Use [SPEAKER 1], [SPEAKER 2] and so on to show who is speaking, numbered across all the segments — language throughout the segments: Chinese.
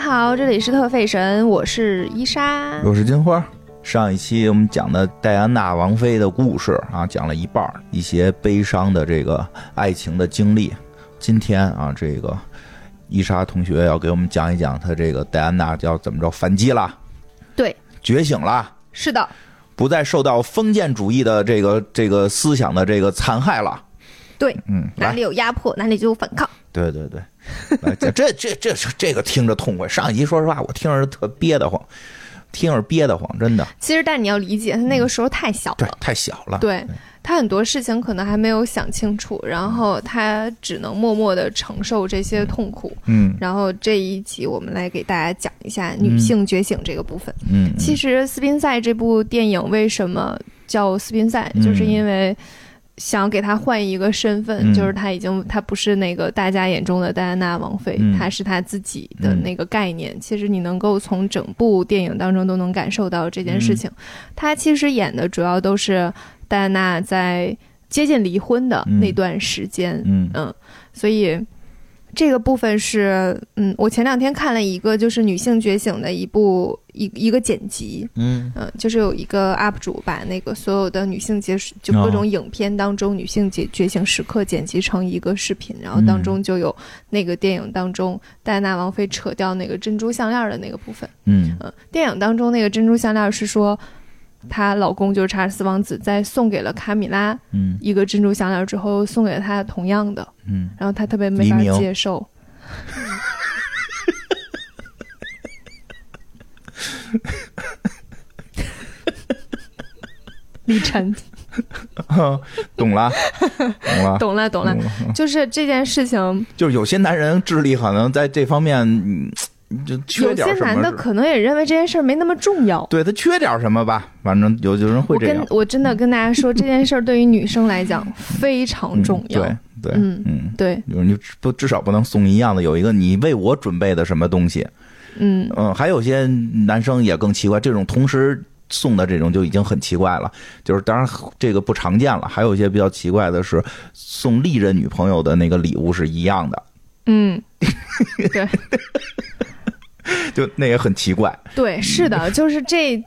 [SPEAKER 1] 好，这里是特费神，我是伊莎。
[SPEAKER 2] 我是金花。上一期我们讲的戴安娜王妃的故事啊，讲了一半儿一些悲伤的这个爱情的经历。今天啊，这个伊莎同学要给我们讲一讲她这个戴安娜要怎么着反击啦，
[SPEAKER 1] 对，
[SPEAKER 2] 觉醒啦，
[SPEAKER 1] 是的，
[SPEAKER 2] 不再受到封建主义的这个这个思想的这个残害了。
[SPEAKER 1] 对，
[SPEAKER 2] 嗯，
[SPEAKER 1] 哪
[SPEAKER 2] 来，
[SPEAKER 1] 里有压迫，哪里就有反抗。
[SPEAKER 2] 对对对，来，这这这这这个听着痛快。上一集说实话，我听着特憋得慌，听着憋得慌，真的，
[SPEAKER 1] 其实，但你要理解，他那个时候太小
[SPEAKER 2] 对
[SPEAKER 1] 了，，
[SPEAKER 2] 太小了。
[SPEAKER 1] 对他很多事情可能还没有想清楚，然后他只能默默的承受这些痛苦。
[SPEAKER 2] 嗯
[SPEAKER 1] 然后这一集我们来给大家讲一下女性觉醒这个部分。
[SPEAKER 2] 嗯，嗯
[SPEAKER 1] 其实《斯宾塞》这部电影为什么叫斯宾塞，
[SPEAKER 2] 嗯
[SPEAKER 1] 就是因为想给他换一个身份，
[SPEAKER 2] 嗯
[SPEAKER 1] 就是他已经他不是那个大家眼中的戴安娜王妃，
[SPEAKER 2] 嗯
[SPEAKER 1] 他是他自己的那个概念。其实你能够从整部电影当中都能感受到这件
[SPEAKER 2] 嗯
[SPEAKER 1] 事情。他其实演的主要都是戴安娜在接近离婚的那段时间，
[SPEAKER 2] 嗯
[SPEAKER 1] 嗯，所以这个部分是，嗯，我前两天看了一个就是女性觉醒的一部一一个剪辑，
[SPEAKER 2] 嗯
[SPEAKER 1] 嗯，就是有一个 UP 主把那个所有的女性节就
[SPEAKER 2] 哦
[SPEAKER 1] 各种影片当中女性觉觉醒时刻剪辑成一个视频，然后当中就有那个电影当中戴安娜王妃扯掉那个珍珠项链的那个部分，
[SPEAKER 2] 嗯
[SPEAKER 1] 嗯，电影当中那个珍珠项链是说。她老公就是查尔斯王子，在送给了卡米拉
[SPEAKER 2] 嗯
[SPEAKER 1] 一个珍珠项链之后，又送给了她同样的，
[SPEAKER 2] 嗯，
[SPEAKER 1] 然后他特别没法
[SPEAKER 2] 黎明
[SPEAKER 1] 接受。李晨，
[SPEAKER 2] 懂了，懂了，
[SPEAKER 1] 懂 了懂了，
[SPEAKER 2] 了。
[SPEAKER 1] 就是这件事情，
[SPEAKER 2] 就是有些男人智力可能在这方面嗯就缺
[SPEAKER 1] 有
[SPEAKER 2] 点
[SPEAKER 1] 些
[SPEAKER 2] 什
[SPEAKER 1] 男
[SPEAKER 2] 么
[SPEAKER 1] 的
[SPEAKER 2] 是，
[SPEAKER 1] 可能也认为这件事儿没那么重要。
[SPEAKER 2] 对他缺点什么吧，反正有有人会
[SPEAKER 1] 我
[SPEAKER 2] 这
[SPEAKER 1] 跟
[SPEAKER 2] 样，
[SPEAKER 1] 我真的跟大家 说，这件事儿对于女生来讲非常
[SPEAKER 2] 嗯
[SPEAKER 1] 重要。
[SPEAKER 2] 对对，
[SPEAKER 1] 嗯
[SPEAKER 2] 嗯。
[SPEAKER 1] 对，
[SPEAKER 2] 就是你不至少不能送一样的，有一个你为我准备的什么东西。
[SPEAKER 1] 嗯，
[SPEAKER 2] 嗯，还有些男生也更奇怪，这种同时送的这种就已经很奇怪了。就是当然这个不常见了，还有一些比较奇怪的是，送历任女朋友的那个礼物是一样的，
[SPEAKER 1] 嗯，对
[SPEAKER 2] 就那也很奇怪。
[SPEAKER 1] 对，是的，就是这，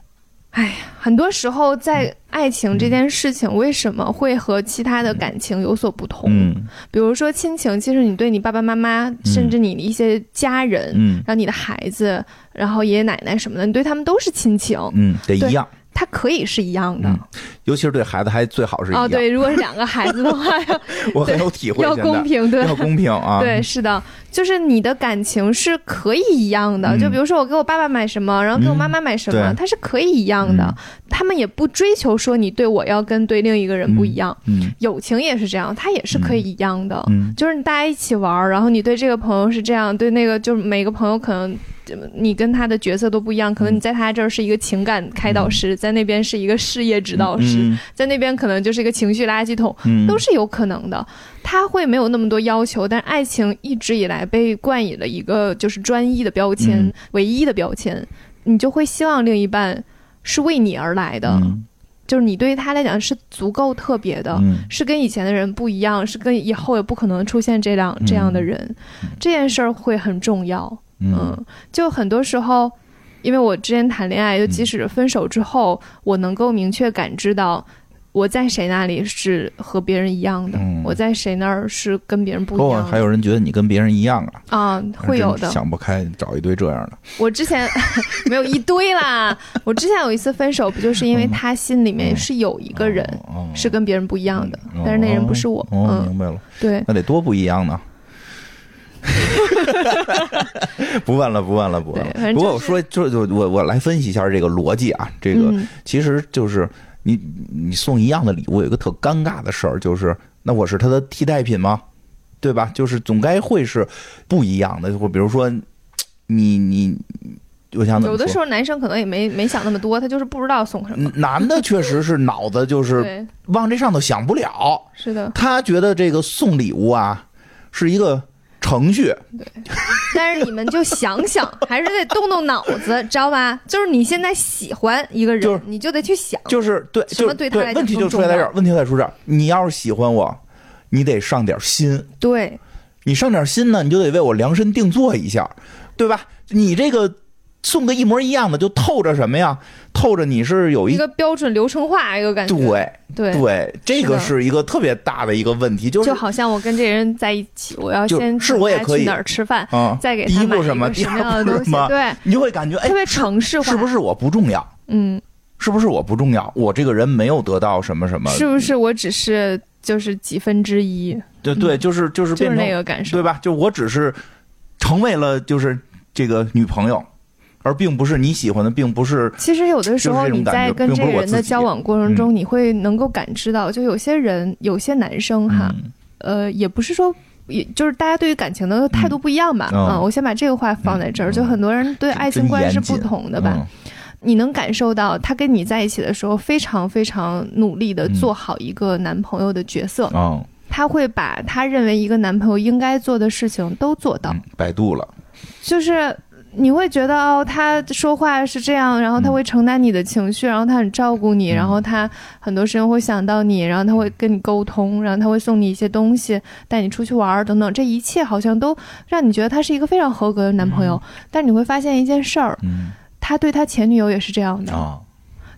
[SPEAKER 1] 哎呀，很多时候在爱情这件事情，为什么会和其他的感情有所不同？
[SPEAKER 2] 嗯
[SPEAKER 1] 比如说亲情，其实你对你爸爸妈妈，甚至你的一些家人，
[SPEAKER 2] 嗯
[SPEAKER 1] 然后你的孩子，然后爷爷奶奶什么的，你对他们都是亲情，
[SPEAKER 2] 嗯，得一样，
[SPEAKER 1] 它可以是一样的。
[SPEAKER 2] 嗯尤其是对孩子还最好是一样。
[SPEAKER 1] 哦，对，如果是两个孩子的话， 要
[SPEAKER 2] 我很有体会，
[SPEAKER 1] 要
[SPEAKER 2] 现在
[SPEAKER 1] 公平，对吧
[SPEAKER 2] 要公平 啊。
[SPEAKER 1] 对，，是的，就是你的感情是可以一样的。
[SPEAKER 2] 嗯
[SPEAKER 1] 就比如说，我给我爸爸买什么，然后给我妈妈买什么，
[SPEAKER 2] 嗯对
[SPEAKER 1] 它是可以一样的。
[SPEAKER 2] 嗯
[SPEAKER 1] 他们也不追求说你对我要跟对另一个人不一样。
[SPEAKER 2] 嗯
[SPEAKER 1] 友情也是这样，它也是可以一样的。
[SPEAKER 2] 嗯
[SPEAKER 1] 就是你大家一起玩儿，然后你对这个朋友是这样，对那个就是每个朋友可能呃你跟他的角色都不一样，可能
[SPEAKER 2] 嗯
[SPEAKER 1] 你在他这儿是一个情感开导师，在那边是一个事业指导师，
[SPEAKER 2] 嗯
[SPEAKER 1] 在那边可能就是一个情绪垃圾桶，
[SPEAKER 2] 嗯，
[SPEAKER 1] 都是有可能的。他会没有那么多要求，但爱情一直以来被冠以了一个就是专一的标签、
[SPEAKER 2] 嗯
[SPEAKER 1] 唯一的标签，你就会希望另一半是为你而来的，
[SPEAKER 2] 嗯
[SPEAKER 1] 就是你对于他来讲是足够特别的。
[SPEAKER 2] 嗯
[SPEAKER 1] 是跟以前的人不一样，是跟以后也不可能出现这
[SPEAKER 2] 嗯
[SPEAKER 1] 样这样的人，这件事儿会很重要。嗯，就很多时候，因为我之前谈恋爱，
[SPEAKER 2] 嗯
[SPEAKER 1] 就即使分手之后，我能够明确感知到我在谁那里是和别人一样的，
[SPEAKER 2] 嗯
[SPEAKER 1] 我在谁那儿是跟别人不一
[SPEAKER 2] 哦，
[SPEAKER 1] 样的。
[SPEAKER 2] 还有人觉得你跟别人一样啊，
[SPEAKER 1] 啊，会有的
[SPEAKER 2] 真。想不开，找一堆这样的。
[SPEAKER 1] 我之前 没有一堆啦，我之前有一次分手，不就是因为他心里面是有一个人。
[SPEAKER 2] 嗯哦
[SPEAKER 1] 是跟别人不一样的，
[SPEAKER 2] 哦
[SPEAKER 1] 但是那人不是我，
[SPEAKER 2] 哦，
[SPEAKER 1] 嗯，
[SPEAKER 2] 明白了，
[SPEAKER 1] 对，
[SPEAKER 2] 那得多不一 样呢。不问了，不问了，不问了。
[SPEAKER 1] 对反正
[SPEAKER 2] 不过
[SPEAKER 1] 就
[SPEAKER 2] 我说，就就我我来分析一下这个逻辑啊，这个、
[SPEAKER 1] 嗯
[SPEAKER 2] 其实就是你你送一样的礼物，有一个特尴尬的事儿，就是那我是他的替代品吗？对吧？就是总该会是不一样的，或比如说你你，我想怎么
[SPEAKER 1] 有的时
[SPEAKER 2] 说
[SPEAKER 1] 候男生可能也没没想那么多，他就是不知道送什么。
[SPEAKER 2] 男的确实是脑子就 是
[SPEAKER 1] 对，
[SPEAKER 2] 往这上头想不了，。
[SPEAKER 1] 是的
[SPEAKER 2] 他觉得这个送礼物啊是一个程序，
[SPEAKER 1] 但是你们就想想，还是得动动脑子，知道吧？就是你现在喜欢一个人，
[SPEAKER 2] 就是
[SPEAKER 1] 你就得去想。
[SPEAKER 2] 就是对，
[SPEAKER 1] 什么
[SPEAKER 2] 就
[SPEAKER 1] 对他来
[SPEAKER 2] 对，
[SPEAKER 1] 讲
[SPEAKER 2] 问题就
[SPEAKER 1] 更
[SPEAKER 2] 出在
[SPEAKER 1] 重
[SPEAKER 2] 这
[SPEAKER 1] 要
[SPEAKER 2] 儿，问题在出这儿。你要是喜欢我，你得上点心，
[SPEAKER 1] 对，
[SPEAKER 2] 你上点心呢，你就得为我量身定做一下，对吧？你这个送个一模一样的，就透着什么呀？透着你是有
[SPEAKER 1] 一
[SPEAKER 2] 一
[SPEAKER 1] 个标准流程化一个感觉。
[SPEAKER 2] 对
[SPEAKER 1] 对
[SPEAKER 2] 对，这个
[SPEAKER 1] 是
[SPEAKER 2] 是一个特别大的一个问题，就是
[SPEAKER 1] 就好像我跟这人在一起，我要
[SPEAKER 2] 就
[SPEAKER 1] 先
[SPEAKER 2] 是
[SPEAKER 1] 请
[SPEAKER 2] 我也
[SPEAKER 1] 他
[SPEAKER 2] 可
[SPEAKER 1] 去
[SPEAKER 2] 以
[SPEAKER 1] 哪儿吃饭，
[SPEAKER 2] 啊，
[SPEAKER 1] 再给
[SPEAKER 2] 第
[SPEAKER 1] 他
[SPEAKER 2] 一
[SPEAKER 1] 买
[SPEAKER 2] 步什
[SPEAKER 1] 一
[SPEAKER 2] 么，
[SPEAKER 1] 个
[SPEAKER 2] 第
[SPEAKER 1] 什么样
[SPEAKER 2] 二
[SPEAKER 1] 的
[SPEAKER 2] 步
[SPEAKER 1] 东
[SPEAKER 2] 什
[SPEAKER 1] 西，
[SPEAKER 2] 么，
[SPEAKER 1] 对，
[SPEAKER 2] 你就会感觉哎
[SPEAKER 1] 特，别城市化，
[SPEAKER 2] 是不是我不重要？
[SPEAKER 1] 嗯，
[SPEAKER 2] 是不是我不重要？我这个人没有得到什么什么？
[SPEAKER 1] 是不是我只是就是几分之一，
[SPEAKER 2] 对对，就是就是
[SPEAKER 1] 嗯就
[SPEAKER 2] 变
[SPEAKER 1] 是
[SPEAKER 2] 成
[SPEAKER 1] 那个感受
[SPEAKER 2] 对，吧？就我只是成为了就是这个女朋友，而并不是你喜欢的，并不是
[SPEAKER 1] 其实有的时候
[SPEAKER 2] 就是这种
[SPEAKER 1] 你在
[SPEAKER 2] 感觉
[SPEAKER 1] 跟这
[SPEAKER 2] 并不
[SPEAKER 1] 个
[SPEAKER 2] 是我
[SPEAKER 1] 人的
[SPEAKER 2] 自己嗯
[SPEAKER 1] 交往过程中，你会能够感知到，就有些人、有些男生哈，
[SPEAKER 2] 嗯
[SPEAKER 1] 呃，也不是说。也就是大家对于感情的态度不一样吧，
[SPEAKER 2] 嗯
[SPEAKER 1] 啊、我先把这个话放在这儿，
[SPEAKER 2] 嗯
[SPEAKER 1] 就很多人对爱情
[SPEAKER 2] 真
[SPEAKER 1] 观是
[SPEAKER 2] 严
[SPEAKER 1] 不
[SPEAKER 2] 谨
[SPEAKER 1] 同的吧，
[SPEAKER 2] 嗯
[SPEAKER 1] 你能感受到他跟你在一起的时候非常非常努力的
[SPEAKER 2] 嗯
[SPEAKER 1] 做好一个男朋友的角色，
[SPEAKER 2] 哦，
[SPEAKER 1] 他会把他认为一个男朋友应该做的事情都做到，
[SPEAKER 2] 嗯百度了，
[SPEAKER 1] 就是你会觉得哦，他说话是这样，然后他
[SPEAKER 2] 嗯
[SPEAKER 1] 会承担你的情绪，然后他很照顾你，
[SPEAKER 2] 嗯
[SPEAKER 1] 然后他很多时间会想到你，然后他会跟你沟通，然后他会送你一些东西，带你出去玩儿等等，这一切好像都让你觉得他是一个非常合格的男朋友，但你会发现一件事儿，
[SPEAKER 2] 嗯
[SPEAKER 1] 他对他前女友也是这样的。
[SPEAKER 2] 啊，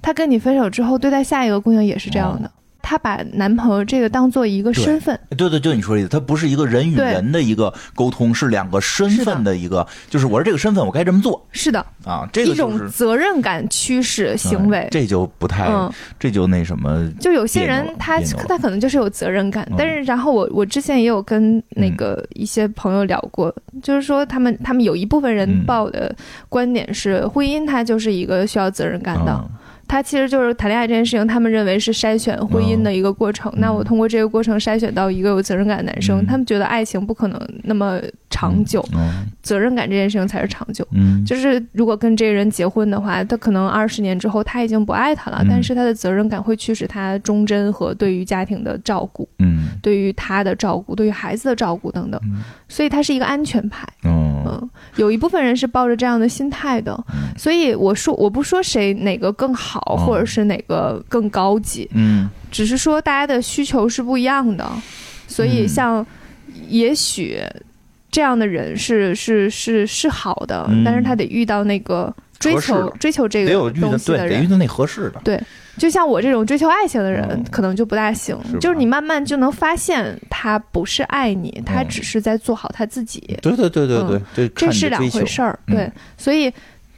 [SPEAKER 1] 他跟你分手之后，对待下一个姑娘也是这样的。他把男朋友这个当做一个身份，
[SPEAKER 2] 哦对对，就你说的，它不是一个人与
[SPEAKER 1] 对
[SPEAKER 2] 人的一个沟通，是两个身
[SPEAKER 1] 是的
[SPEAKER 2] 份的一个，就是我是这个身份，我该这么做
[SPEAKER 1] 是的，
[SPEAKER 2] 啊，这个
[SPEAKER 1] 一
[SPEAKER 2] 就
[SPEAKER 1] 种
[SPEAKER 2] 是
[SPEAKER 1] 责任感驱使行为
[SPEAKER 2] 嗯。这就不太，
[SPEAKER 1] 嗯，
[SPEAKER 2] 这就那什么，
[SPEAKER 1] 就有些
[SPEAKER 2] 别扭
[SPEAKER 1] 人
[SPEAKER 2] 了
[SPEAKER 1] 他
[SPEAKER 2] 别扭了
[SPEAKER 1] 他可能就是有责任感，
[SPEAKER 2] 嗯
[SPEAKER 1] 但是然后我我之前也有跟那个一些朋友聊过，就是说他们他们有一部分人
[SPEAKER 2] 嗯
[SPEAKER 1] 抱的观点是，婚姻它就是一个需要责任感
[SPEAKER 2] 嗯
[SPEAKER 1] 的，它其实就是谈恋爱这件事情，他们认为是筛选婚姻的一个过程。
[SPEAKER 2] 嗯
[SPEAKER 1] 那我通过这个过程筛选到一个有责任感的男生，
[SPEAKER 2] 嗯
[SPEAKER 1] 他们觉得爱情不可能那么长久，
[SPEAKER 2] 嗯
[SPEAKER 1] 责任感这件事情才是长久。
[SPEAKER 2] 嗯，
[SPEAKER 1] 就是如果跟这个人结婚的话，他可能二十年之后他已经不爱他了，
[SPEAKER 2] 嗯
[SPEAKER 1] 但是他的责任感会驱使他忠贞和对于家庭的照顾，
[SPEAKER 2] 嗯
[SPEAKER 1] 对于他的照顾，对于孩子的照顾等等，
[SPEAKER 2] 嗯
[SPEAKER 1] 所以他是一个安全牌。
[SPEAKER 2] 嗯
[SPEAKER 1] 嗯，有一部分人是抱着这样的心态的，
[SPEAKER 2] 嗯
[SPEAKER 1] 所以我说我不说谁哪个更好，
[SPEAKER 2] 嗯
[SPEAKER 1] 或者是哪个更高级，
[SPEAKER 2] 嗯
[SPEAKER 1] 只是说大家的需求是不一样的，所以
[SPEAKER 2] 嗯
[SPEAKER 1] 像也许这样的人是是是是好的，
[SPEAKER 2] 嗯
[SPEAKER 1] 但是他得遇到那个追
[SPEAKER 2] 合适
[SPEAKER 1] 求
[SPEAKER 2] 的
[SPEAKER 1] 追求这
[SPEAKER 2] 得有
[SPEAKER 1] 个
[SPEAKER 2] 遇到
[SPEAKER 1] 东西
[SPEAKER 2] 对，
[SPEAKER 1] 的
[SPEAKER 2] 得遇
[SPEAKER 1] 人。
[SPEAKER 2] 到那合适的，
[SPEAKER 1] 就像我这种追求爱情的人，
[SPEAKER 2] 嗯
[SPEAKER 1] 可能就不大行。
[SPEAKER 2] 是吧
[SPEAKER 1] 就是你慢慢就能发现，他不是爱你，
[SPEAKER 2] 哦
[SPEAKER 1] 他只是在做好他自己。
[SPEAKER 2] 对对对对
[SPEAKER 1] 嗯
[SPEAKER 2] 对，
[SPEAKER 1] 这是两回事
[SPEAKER 2] 儿，
[SPEAKER 1] 儿，
[SPEAKER 2] 嗯
[SPEAKER 1] 对，所以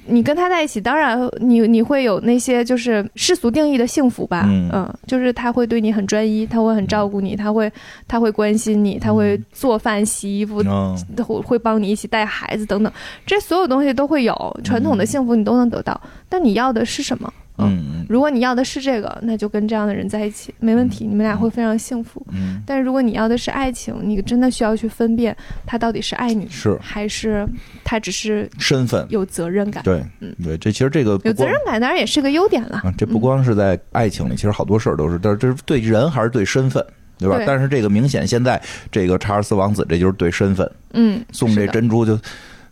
[SPEAKER 1] 你跟他在一起，当然你你会有那些就是世俗定义的幸福吧，
[SPEAKER 2] 嗯
[SPEAKER 1] 就是他会对你很专一，他会很照顾你，他会他会关心你，他会做饭、洗衣服，
[SPEAKER 2] 嗯
[SPEAKER 1] 会会帮你一起带孩子等等，这所有东西都会有，传统的幸福你都能得到，但你要的是什么？
[SPEAKER 2] 嗯
[SPEAKER 1] 如果你要的是这个，那就跟这样的人在一起没问题，你们俩会非常幸福。
[SPEAKER 2] 嗯，
[SPEAKER 1] 但如果你要的是爱情，你真的需要去分辨他到底是爱你，
[SPEAKER 2] 是
[SPEAKER 1] 还是他只是
[SPEAKER 2] 身份，
[SPEAKER 1] 有责任感。
[SPEAKER 2] 对
[SPEAKER 1] 嗯
[SPEAKER 2] 对，这其实这个不
[SPEAKER 1] 有责
[SPEAKER 2] 光
[SPEAKER 1] 任感当然也是个优点了。
[SPEAKER 2] 啊，这不光是在爱情里，其实好多事儿都是，但是这是对人还是对身份。对吧？
[SPEAKER 1] 对
[SPEAKER 2] 但是这个明显，现在这个查尔斯王子，这就是对身份
[SPEAKER 1] 嗯，
[SPEAKER 2] 送
[SPEAKER 1] 是
[SPEAKER 2] 这
[SPEAKER 1] 的
[SPEAKER 2] 珍珠就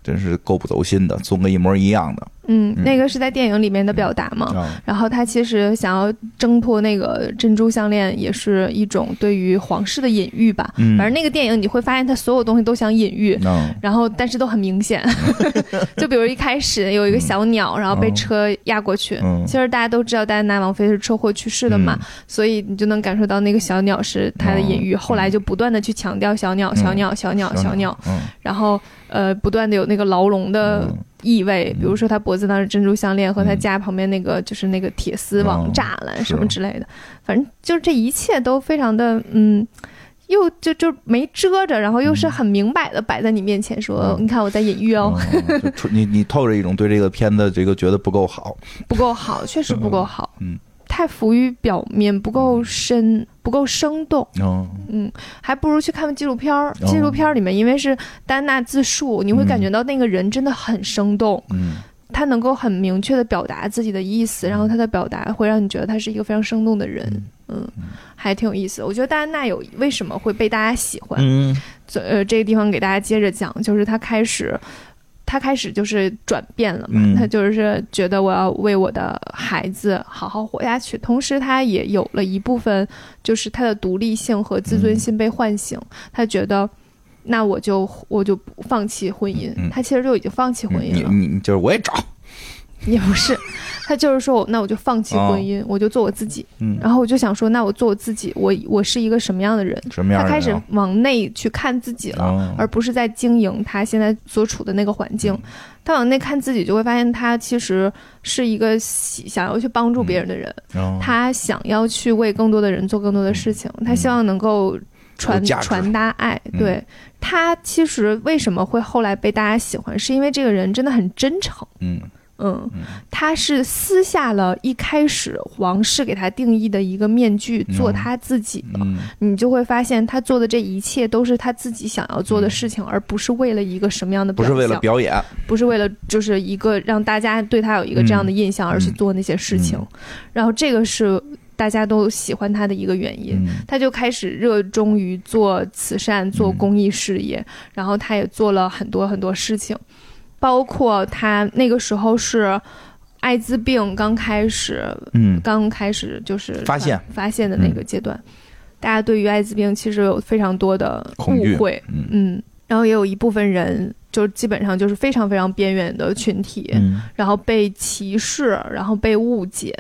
[SPEAKER 2] 真是够不走心的，送个一模一样的
[SPEAKER 1] 嗯，
[SPEAKER 2] 嗯
[SPEAKER 1] 那个是在电影里面的表达嘛。
[SPEAKER 2] 啊，
[SPEAKER 1] 然后他其实想要挣脱那个珍珠项链，也是一种对于皇室的隐喻吧。
[SPEAKER 2] 嗯，
[SPEAKER 1] 反正那个电影你会发现，他所有东西都想隐喻，
[SPEAKER 2] 嗯
[SPEAKER 1] 然后但是都很明显。 就比如一开始有一个小鸟，然后
[SPEAKER 2] 哦
[SPEAKER 1] 被车压过去。
[SPEAKER 2] 嗯，
[SPEAKER 1] 其实大家都知道戴安娜王妃是车祸去世的嘛，所以你就能感受到那个小鸟是它的隐喻。
[SPEAKER 2] 嗯
[SPEAKER 1] 后来就不断的去强调小鸟、
[SPEAKER 2] 嗯
[SPEAKER 1] 小鸟、小鸟、小鸟，，
[SPEAKER 2] 嗯
[SPEAKER 1] 然后呃，不断的有那个牢笼的
[SPEAKER 2] 嗯
[SPEAKER 1] 意味，比如说他脖子上的珍珠项链和他
[SPEAKER 2] 嗯
[SPEAKER 1] 家旁边那个就是那个铁丝网、
[SPEAKER 2] 嗯
[SPEAKER 1] 栅栏
[SPEAKER 2] 是
[SPEAKER 1] 什么之类的，反正就是这一切都非常的嗯。又就就没遮着，然后又是很明摆的摆在你面前说，
[SPEAKER 2] 嗯
[SPEAKER 1] 你看我在隐喻哦，
[SPEAKER 2] 嗯就出你你透着一种对这个片子这个觉得不够好，
[SPEAKER 1] 不够好，确实不够好，
[SPEAKER 2] 嗯，
[SPEAKER 1] 太浮于表面，不够深，不够生动，
[SPEAKER 2] 嗯
[SPEAKER 1] 嗯，还不如去看纪录片儿。
[SPEAKER 2] 哦
[SPEAKER 1] 纪录片儿里面，因为是丹娜自述，你会
[SPEAKER 2] 嗯
[SPEAKER 1] 感觉到那个人真的很生动，
[SPEAKER 2] 嗯
[SPEAKER 1] 他能够很明确的表达自己的意思，然后他的表达会让你觉得他是一个非常生动的人，嗯，还挺有意思的。我觉得丹娜有为什么会被大家喜欢，
[SPEAKER 2] 嗯
[SPEAKER 1] 这呃，这个地方给大家接着讲，就是他开始，他开始就是转变了嘛，
[SPEAKER 2] 嗯
[SPEAKER 1] 他就是觉得我要为我的孩子好好活下去，同时他也有
[SPEAKER 2] 嗯
[SPEAKER 1] 了一部分就是他的独立性和自尊心被唤醒，他觉得。那我就我就不放弃婚姻。
[SPEAKER 2] 嗯嗯
[SPEAKER 1] 他其实就已经放弃婚
[SPEAKER 2] 你
[SPEAKER 1] 姻了，
[SPEAKER 2] 嗯你你就是我也找，
[SPEAKER 1] 也不是，他就是说我那我就放弃
[SPEAKER 2] 哦
[SPEAKER 1] 婚姻，我就做我自己。
[SPEAKER 2] 嗯，
[SPEAKER 1] 然后我就想说，那我做我自己，我我是一个什么样的人？
[SPEAKER 2] 什么样
[SPEAKER 1] 他
[SPEAKER 2] 的
[SPEAKER 1] 开
[SPEAKER 2] 人
[SPEAKER 1] 始
[SPEAKER 2] 啊？
[SPEAKER 1] 往内去看自己了，
[SPEAKER 2] 哦
[SPEAKER 1] 而不是在经营他现在所处的那个环
[SPEAKER 2] 嗯
[SPEAKER 1] 境。他往内看自己，就会发现他其实是一个喜想要去帮助别人的人，
[SPEAKER 2] 哦
[SPEAKER 1] 他想要去为更多的人做更多的事情，他希望能够传
[SPEAKER 2] 嗯有价值
[SPEAKER 1] 传达爱。
[SPEAKER 2] 嗯
[SPEAKER 1] 对、他其实为什么会后来被大家喜欢，是因为这个人真的很真诚。
[SPEAKER 2] 嗯
[SPEAKER 1] 嗯，他是撕下了一开始皇室给他定义的一个面具，
[SPEAKER 2] 嗯
[SPEAKER 1] 做他自己的。
[SPEAKER 2] 嗯
[SPEAKER 1] 你就会发现，他做的这一切都是他自己想要做的事情，而不是为了一个什么样的
[SPEAKER 2] 嗯不
[SPEAKER 1] 表
[SPEAKER 2] 是
[SPEAKER 1] 象，
[SPEAKER 2] 为了表演，
[SPEAKER 1] 不是为了就是一个让大家对他有一个这样的印象而去做那些事情。
[SPEAKER 2] 嗯
[SPEAKER 1] 然后这个是大家都喜欢他的一个原因。
[SPEAKER 2] 嗯
[SPEAKER 1] 他就开始热衷于做慈善、做公益事业，
[SPEAKER 2] 嗯
[SPEAKER 1] 然后他也做了很多很多事情，包括他那个时候是艾滋病刚开始，
[SPEAKER 2] 嗯
[SPEAKER 1] 刚开始就是呃
[SPEAKER 2] 发现嗯
[SPEAKER 1] 发现的那个阶段，大家对于艾滋病其实有非常多的
[SPEAKER 2] 恐惧
[SPEAKER 1] 误会，
[SPEAKER 2] 嗯
[SPEAKER 1] 嗯，然后也有一部分人就基本上就是非常非常边缘的群体，
[SPEAKER 2] 嗯
[SPEAKER 1] 然后被歧视，然后被误解，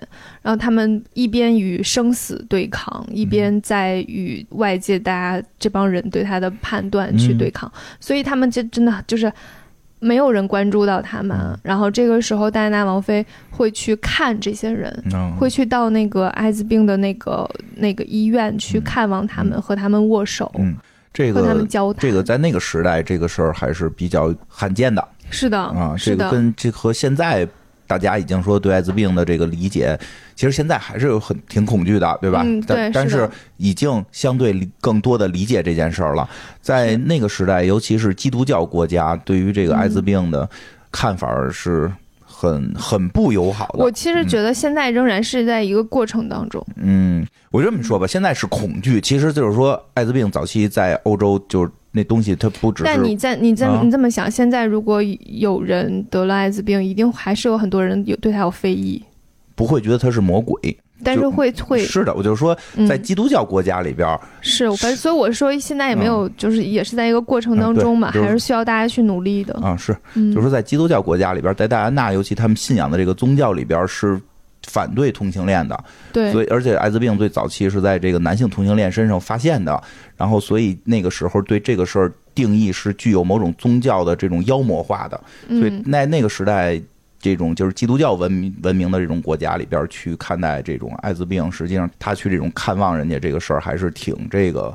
[SPEAKER 1] 然后他们一边与生死对抗，
[SPEAKER 2] 嗯
[SPEAKER 1] 一边在与外界大家这帮人对他的判
[SPEAKER 2] 嗯
[SPEAKER 1] 断去对抗，所以他们这真的就是没有人关注到他们。
[SPEAKER 2] 嗯
[SPEAKER 1] 然后这个时候，戴安娜王妃会去看这些人。
[SPEAKER 2] 嗯
[SPEAKER 1] 会去到那个艾滋病的那个那个医院去
[SPEAKER 2] 嗯
[SPEAKER 1] 看望他们，和他们握手，
[SPEAKER 2] 嗯这
[SPEAKER 1] 和他们
[SPEAKER 2] 个
[SPEAKER 1] 交谈。
[SPEAKER 2] 这个在那个时代这个事儿还是比较罕见的
[SPEAKER 1] 是的，
[SPEAKER 2] 啊，
[SPEAKER 1] 嗯是
[SPEAKER 2] 这
[SPEAKER 1] 的
[SPEAKER 2] 个，跟这和现在。大家已经说对艾滋病的这个理解，其实现在还是有很挺恐惧的，对吧？
[SPEAKER 1] 嗯对
[SPEAKER 2] 但但
[SPEAKER 1] 是
[SPEAKER 2] 是
[SPEAKER 1] 的
[SPEAKER 2] 已经相对理更多的理解这件事儿了。在那个时代，尤其是基督教国家，对于
[SPEAKER 1] 嗯
[SPEAKER 2] 这个艾滋病的看法儿是很很不友好的
[SPEAKER 1] 我。其实觉得现在仍然是在一个过程当中。
[SPEAKER 2] 嗯，我这么说吧，现在是恐惧，其实就是说，艾滋病早期在欧洲就是那东西，它不只
[SPEAKER 1] 但你
[SPEAKER 2] 是
[SPEAKER 1] 在你这么
[SPEAKER 2] 啊
[SPEAKER 1] 你这么想，现在如果有人得了艾滋病，一定还是有很多人有对他有非议，
[SPEAKER 2] 不会觉得它是魔鬼，
[SPEAKER 1] 但是会会
[SPEAKER 2] 是的，我就是说，
[SPEAKER 1] 嗯
[SPEAKER 2] 在基督教国家里边儿，啊
[SPEAKER 1] 是，我反正所以我说现在也没有，就是也是在一个过程当中嘛，
[SPEAKER 2] 嗯对就是
[SPEAKER 1] 还是需要大家去努力的。
[SPEAKER 2] 啊，是，
[SPEAKER 1] 嗯，
[SPEAKER 2] 就是说在基督教国家里边儿，在戴安娜，尤其他们信仰的这个宗教里边儿是。反对同性恋的，
[SPEAKER 1] 对
[SPEAKER 2] 所以而且艾滋病最早期是在这个男性同性恋身上发现的，然后所以那个时候对这个事儿定义是具有某种宗教的这种妖魔化的，所以
[SPEAKER 1] 嗯，
[SPEAKER 2] 在那个时代，这种就是基督教文明文明的这种国家里边儿去看待这种艾滋病，实际上他去这种看望人家这个事儿，还是挺这个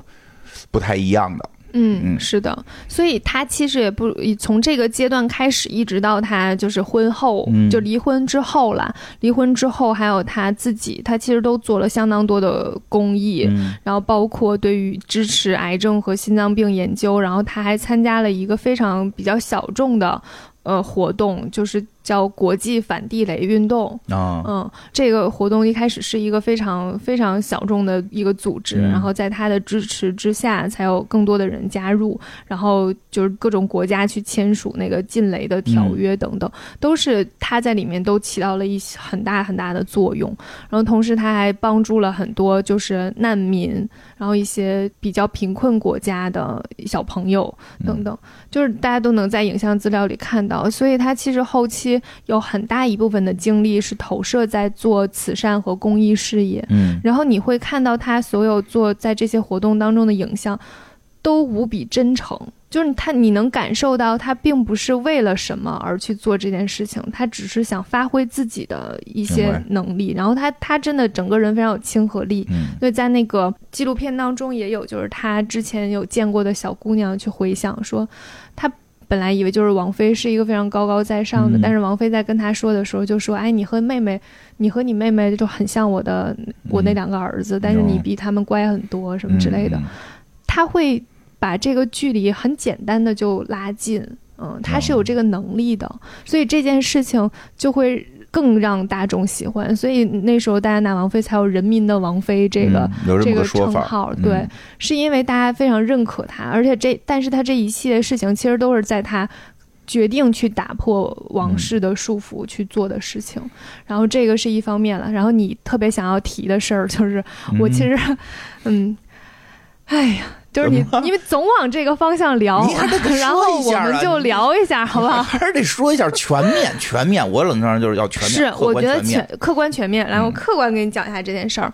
[SPEAKER 2] 不太一样的。
[SPEAKER 1] 嗯，
[SPEAKER 2] 嗯
[SPEAKER 1] 是的，所以他其实也不从这个阶段开始，一直到他就是婚后，
[SPEAKER 2] 嗯
[SPEAKER 1] 就离婚之后啦，离婚之后还有他自己，他其实都做了相当多的公益，
[SPEAKER 2] 嗯
[SPEAKER 1] 然后包括对于支持癌症和心脏病研究，然后他还参加了一个非常比较小众的呃活动，就是叫国际反地雷运动。
[SPEAKER 2] 啊，
[SPEAKER 1] 嗯，这个活动一开始是一个非常非常小众的一个组织，
[SPEAKER 2] 嗯
[SPEAKER 1] 然后在他的支持之下，才有更多的人加入，然后就是各种国家去签署那个禁雷的条约等等，都是他在里面都起到了一些很大很大的作用。然后同时他还帮助了很多就是难民，然后一些比较贫困国家的小朋友等等，就是大家都能在影像资料里看到，所以他其实后期有很大一部分的精力是投射在做慈善和公益事业。
[SPEAKER 2] 嗯
[SPEAKER 1] 然后你会看到他所有做在这些活动当中的影像，都无比真诚。就是他，你能感受到他并不是为了什么而去做这件事情，他只是想发挥自己的一
[SPEAKER 2] 明
[SPEAKER 1] 些
[SPEAKER 2] 白
[SPEAKER 1] 能力。然后他，他真的整个人非常有亲和力。
[SPEAKER 2] 嗯
[SPEAKER 1] 对，在那个纪录片当中也有，就是他之前有见过的小姑娘去回想说，他本来以为就是王菲是一个非常高高在上的，
[SPEAKER 2] 嗯
[SPEAKER 1] 但是王菲在跟他说的时候就说：“哎，你和妹妹，你和你妹妹就很像我的我那两个儿子，但是你
[SPEAKER 2] 嗯哦
[SPEAKER 1] 比他们乖很多什么之类的。
[SPEAKER 2] 嗯嗯
[SPEAKER 1] 他会把这个距离很简单的就拉近，嗯，他
[SPEAKER 2] 哦
[SPEAKER 1] 是有这个能力的，所以这件事情就会更让大众喜欢。所以那时候戴安娜王妃才有“人民的王妃”这个、
[SPEAKER 2] 嗯有这
[SPEAKER 1] 这
[SPEAKER 2] 么
[SPEAKER 1] 个
[SPEAKER 2] 个说
[SPEAKER 1] 称
[SPEAKER 2] 法
[SPEAKER 1] 号，
[SPEAKER 2] 儿，嗯
[SPEAKER 1] 对，是因为大家非常认可他，而且这但是他这一系列事情其实都是在他。决定去打破往事的束缚去做的事情，然后这个是一方面了。然后你特别想要提的事儿就是，
[SPEAKER 2] 嗯
[SPEAKER 1] 我其实，嗯，哎呀，就是你你们总往这个方向聊
[SPEAKER 2] 你还得说一，下啊
[SPEAKER 1] 然后我们就聊一下，好不好？
[SPEAKER 2] 还是得说一下全面，全面。我冷战就是要全面，
[SPEAKER 1] 是，
[SPEAKER 2] 客
[SPEAKER 1] 我
[SPEAKER 2] 观
[SPEAKER 1] 觉得
[SPEAKER 2] 全面。
[SPEAKER 1] 客观全面，然后
[SPEAKER 2] 嗯
[SPEAKER 1] 客观给你讲一下这件事儿。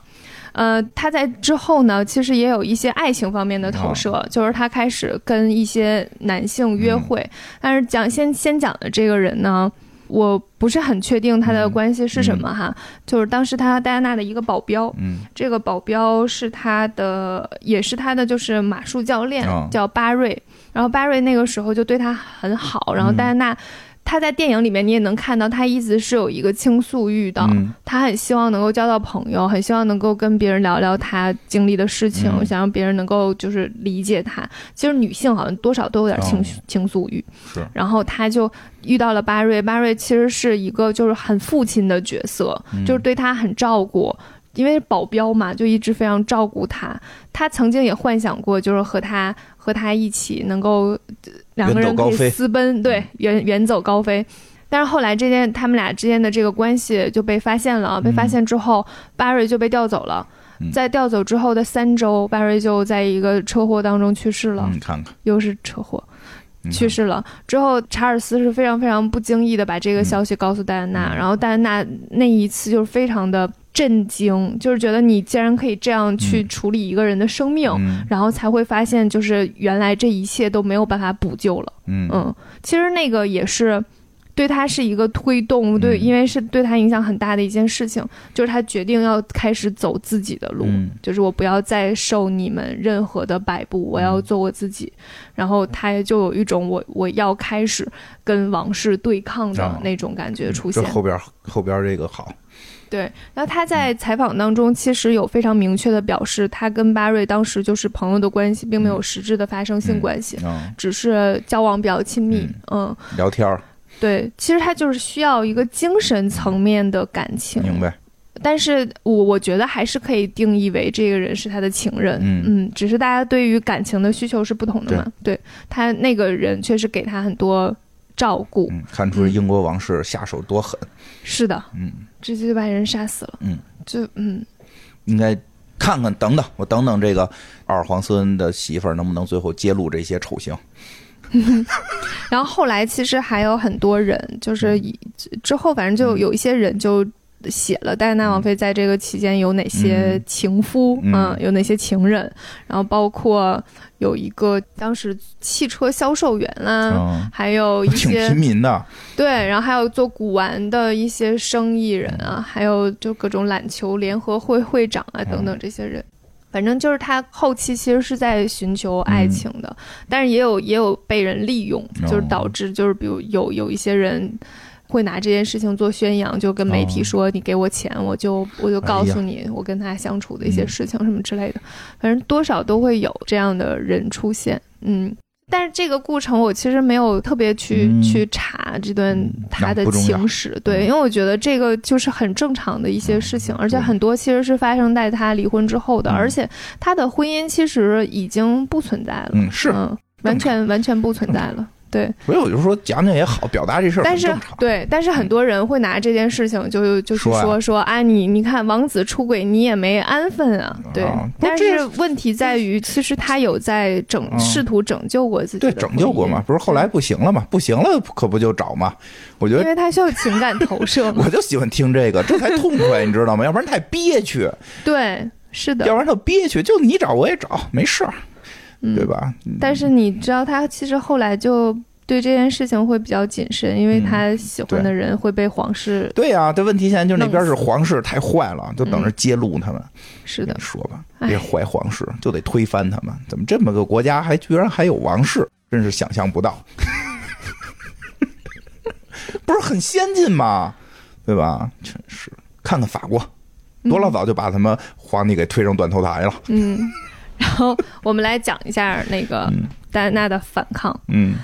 [SPEAKER 1] 呃，他在之后呢，其实也有一些爱情方面的投射，
[SPEAKER 2] 嗯
[SPEAKER 1] 就是他开始跟一些男性约会。但是讲先先讲的这个人呢，我不是很确定他的
[SPEAKER 2] 嗯
[SPEAKER 1] 关系是什么哈，就是当时他戴安娜的一个保镖，
[SPEAKER 2] 嗯
[SPEAKER 1] 这个保镖是他的，也是他的就是马术教练，
[SPEAKER 2] 哦
[SPEAKER 1] 叫巴瑞。然后巴瑞那个时候就对他很好，然后
[SPEAKER 2] 嗯
[SPEAKER 1] 戴安娜，她在电影里面你也能看到，她一直是有一个倾诉欲的，
[SPEAKER 2] 嗯
[SPEAKER 1] 她很希望能够交到朋友，很希望能够跟别人聊聊她经历的事情，
[SPEAKER 2] 嗯
[SPEAKER 1] 想让别人能够就是理解她。其实女性好像多少都有点倾、
[SPEAKER 2] 哦
[SPEAKER 1] 倾诉欲，
[SPEAKER 2] 是
[SPEAKER 1] 然后她就遇到了巴瑞，巴瑞其实是一个就是很父亲的角色，
[SPEAKER 2] 嗯
[SPEAKER 1] 就是对他很照顾，因为保镖嘛，就一直非常照顾他。他曾经也幻想过，就是和他和他一起能够呃两个人
[SPEAKER 2] 远
[SPEAKER 1] 可
[SPEAKER 2] 走高
[SPEAKER 1] 以
[SPEAKER 2] 飞嗯
[SPEAKER 1] 私奔，对，远远走高飞。但是后来这件他们俩之间的这个关系就被发现了，被发现之后，巴瑞就被调走了
[SPEAKER 2] 嗯。
[SPEAKER 1] 在调走之后的三周，巴瑞就在一个车祸当中去世了，
[SPEAKER 2] 嗯，看看
[SPEAKER 1] 又是车祸。
[SPEAKER 2] 你看
[SPEAKER 1] 去世了之后，查尔斯是非常非常不经意的把这个消息告诉戴安娜，
[SPEAKER 2] 嗯
[SPEAKER 1] 然后戴安娜那一次就是非常的震惊，就是觉得你竟然可以这样去
[SPEAKER 2] 嗯
[SPEAKER 1] 处理一个人的生命，
[SPEAKER 2] 嗯
[SPEAKER 1] 然后才会发现就是原来这一切都没有办法补救了。
[SPEAKER 2] 嗯
[SPEAKER 1] 嗯，其实那个也是对他是一个推动，对，
[SPEAKER 2] 嗯
[SPEAKER 1] 因为是对他影响很大的一件事情，就是他决定要开始走自己的路，
[SPEAKER 2] 嗯
[SPEAKER 1] 就是我不要再受你们任何的摆布，我
[SPEAKER 2] 嗯
[SPEAKER 1] 要做我自己。然后他就有一种我我要开始跟往事对抗的
[SPEAKER 2] 啊
[SPEAKER 1] 那种感觉
[SPEAKER 2] 嗯
[SPEAKER 1] 出现。
[SPEAKER 2] 这后边后边这个好，
[SPEAKER 1] 对，然后他
[SPEAKER 2] 嗯
[SPEAKER 1] 在采访当中其实有非常明确的表示，他跟巴瑞当时就是朋友的关系，并没有实质的发生性
[SPEAKER 2] 嗯
[SPEAKER 1] 关系。
[SPEAKER 2] 嗯，
[SPEAKER 1] 只是交往比较亲密，嗯，
[SPEAKER 2] 聊天儿
[SPEAKER 1] 对，其实他就是需要一个精神层面的感情，
[SPEAKER 2] 明白，
[SPEAKER 1] 但是我我觉得还是可以定义为这个人是他的情人，
[SPEAKER 2] 嗯
[SPEAKER 1] 只是大家对于感情的需求是不同的嘛。对他那个人确实给他很多照顾，
[SPEAKER 2] 嗯，看出英国王室下手多狠，
[SPEAKER 1] 是的，
[SPEAKER 2] 嗯，
[SPEAKER 1] 直接就把人杀死了，
[SPEAKER 2] 嗯，
[SPEAKER 1] 就嗯，
[SPEAKER 2] 应该看看等等，我等等这个阿尔黄斯恩的媳妇儿能不能最后揭露这些丑行，
[SPEAKER 1] 然后后来其实还有很多人，就是
[SPEAKER 2] 嗯
[SPEAKER 1] 以之后反正就有一些人就。写了戴安娜王妃在这个期间有哪些情夫，啊
[SPEAKER 2] 嗯嗯
[SPEAKER 1] 有哪些情人，然后包括有一个当时汽车销售员啊啦、
[SPEAKER 2] 嗯，
[SPEAKER 1] 还有一
[SPEAKER 2] 挺
[SPEAKER 1] 些
[SPEAKER 2] 平民的，
[SPEAKER 1] 对，然后还有做古玩的一些生意人啊，还有就各种榄球联合会会长
[SPEAKER 2] 嗯
[SPEAKER 1] 啊等等这些人。反正就是他后期其实是在寻求
[SPEAKER 2] 嗯
[SPEAKER 1] 爱情的，但是也有也有被人利用，
[SPEAKER 2] 哦
[SPEAKER 1] 就是导致就是比如有有一些人会拿这件事情做宣扬，就跟媒
[SPEAKER 2] 哦
[SPEAKER 1] 体说、你给我钱，我就我
[SPEAKER 2] 哎
[SPEAKER 1] 就告诉你、我跟他相
[SPEAKER 2] 嗯
[SPEAKER 1] 处的一些事情什么之类的，反正多少都会有这样的人出现，嗯。但是这个过程我其实没有特别去、
[SPEAKER 2] 嗯
[SPEAKER 1] 去查这段
[SPEAKER 2] 嗯
[SPEAKER 1] 他
[SPEAKER 2] 那
[SPEAKER 1] 的
[SPEAKER 2] 不重要
[SPEAKER 1] 情史，对，
[SPEAKER 2] 嗯
[SPEAKER 1] 因为我觉得这个就是很正常的一些事情，而且
[SPEAKER 2] 对
[SPEAKER 1] 很多其实是发生在他离婚之后的，
[SPEAKER 2] 嗯
[SPEAKER 1] 而且他的婚姻其实已经不存在了，
[SPEAKER 2] 嗯，是，
[SPEAKER 1] 嗯，完全完全不存在了。对，
[SPEAKER 2] 所以我就说讲讲也好，表达这事儿
[SPEAKER 1] 但
[SPEAKER 2] 很
[SPEAKER 1] 是
[SPEAKER 2] 正常，
[SPEAKER 1] 对，但是很多人会拿这件事情就就是
[SPEAKER 2] 嗯说呀
[SPEAKER 1] 说说啊，你你看王子出轨，你也没安分啊，对
[SPEAKER 2] 啊。不
[SPEAKER 1] 但
[SPEAKER 2] 是这
[SPEAKER 1] 是问题在于，其实他有在拯
[SPEAKER 2] 嗯
[SPEAKER 1] 试图拯救过自己，
[SPEAKER 2] 对，拯救过嘛，，不是后来不行了嘛，不行了可不就找嘛？我觉
[SPEAKER 1] 因
[SPEAKER 2] 得
[SPEAKER 1] 为他需要情感投射嘛
[SPEAKER 2] 我，就喜欢听这个，这才痛快，你知道吗？要不然太憋屈，
[SPEAKER 1] 对，是的
[SPEAKER 2] 要，不然就憋屈，就你找我也找，没事儿，
[SPEAKER 1] 嗯
[SPEAKER 2] 对吧？
[SPEAKER 1] 但是你知道，他其实后来就对这件事情会比较谨慎，因为
[SPEAKER 2] 嗯
[SPEAKER 1] 他喜欢的人会被皇室、
[SPEAKER 2] 对呀、这问题现在就是那边是皇室太坏了，就等着揭露他们。
[SPEAKER 1] 嗯是的
[SPEAKER 2] 你，说吧，
[SPEAKER 1] 哎
[SPEAKER 2] 别坏皇室，就得推翻他们。怎么这么个国家还居然还有王室？真是想象不到， 不是很先进吗？对吧？真是，看看法国，多老早就把他们皇帝给推上断头台了。
[SPEAKER 1] 嗯。 然后我们来讲一下那个
[SPEAKER 2] 嗯
[SPEAKER 1] 戴安娜的反抗。
[SPEAKER 2] 嗯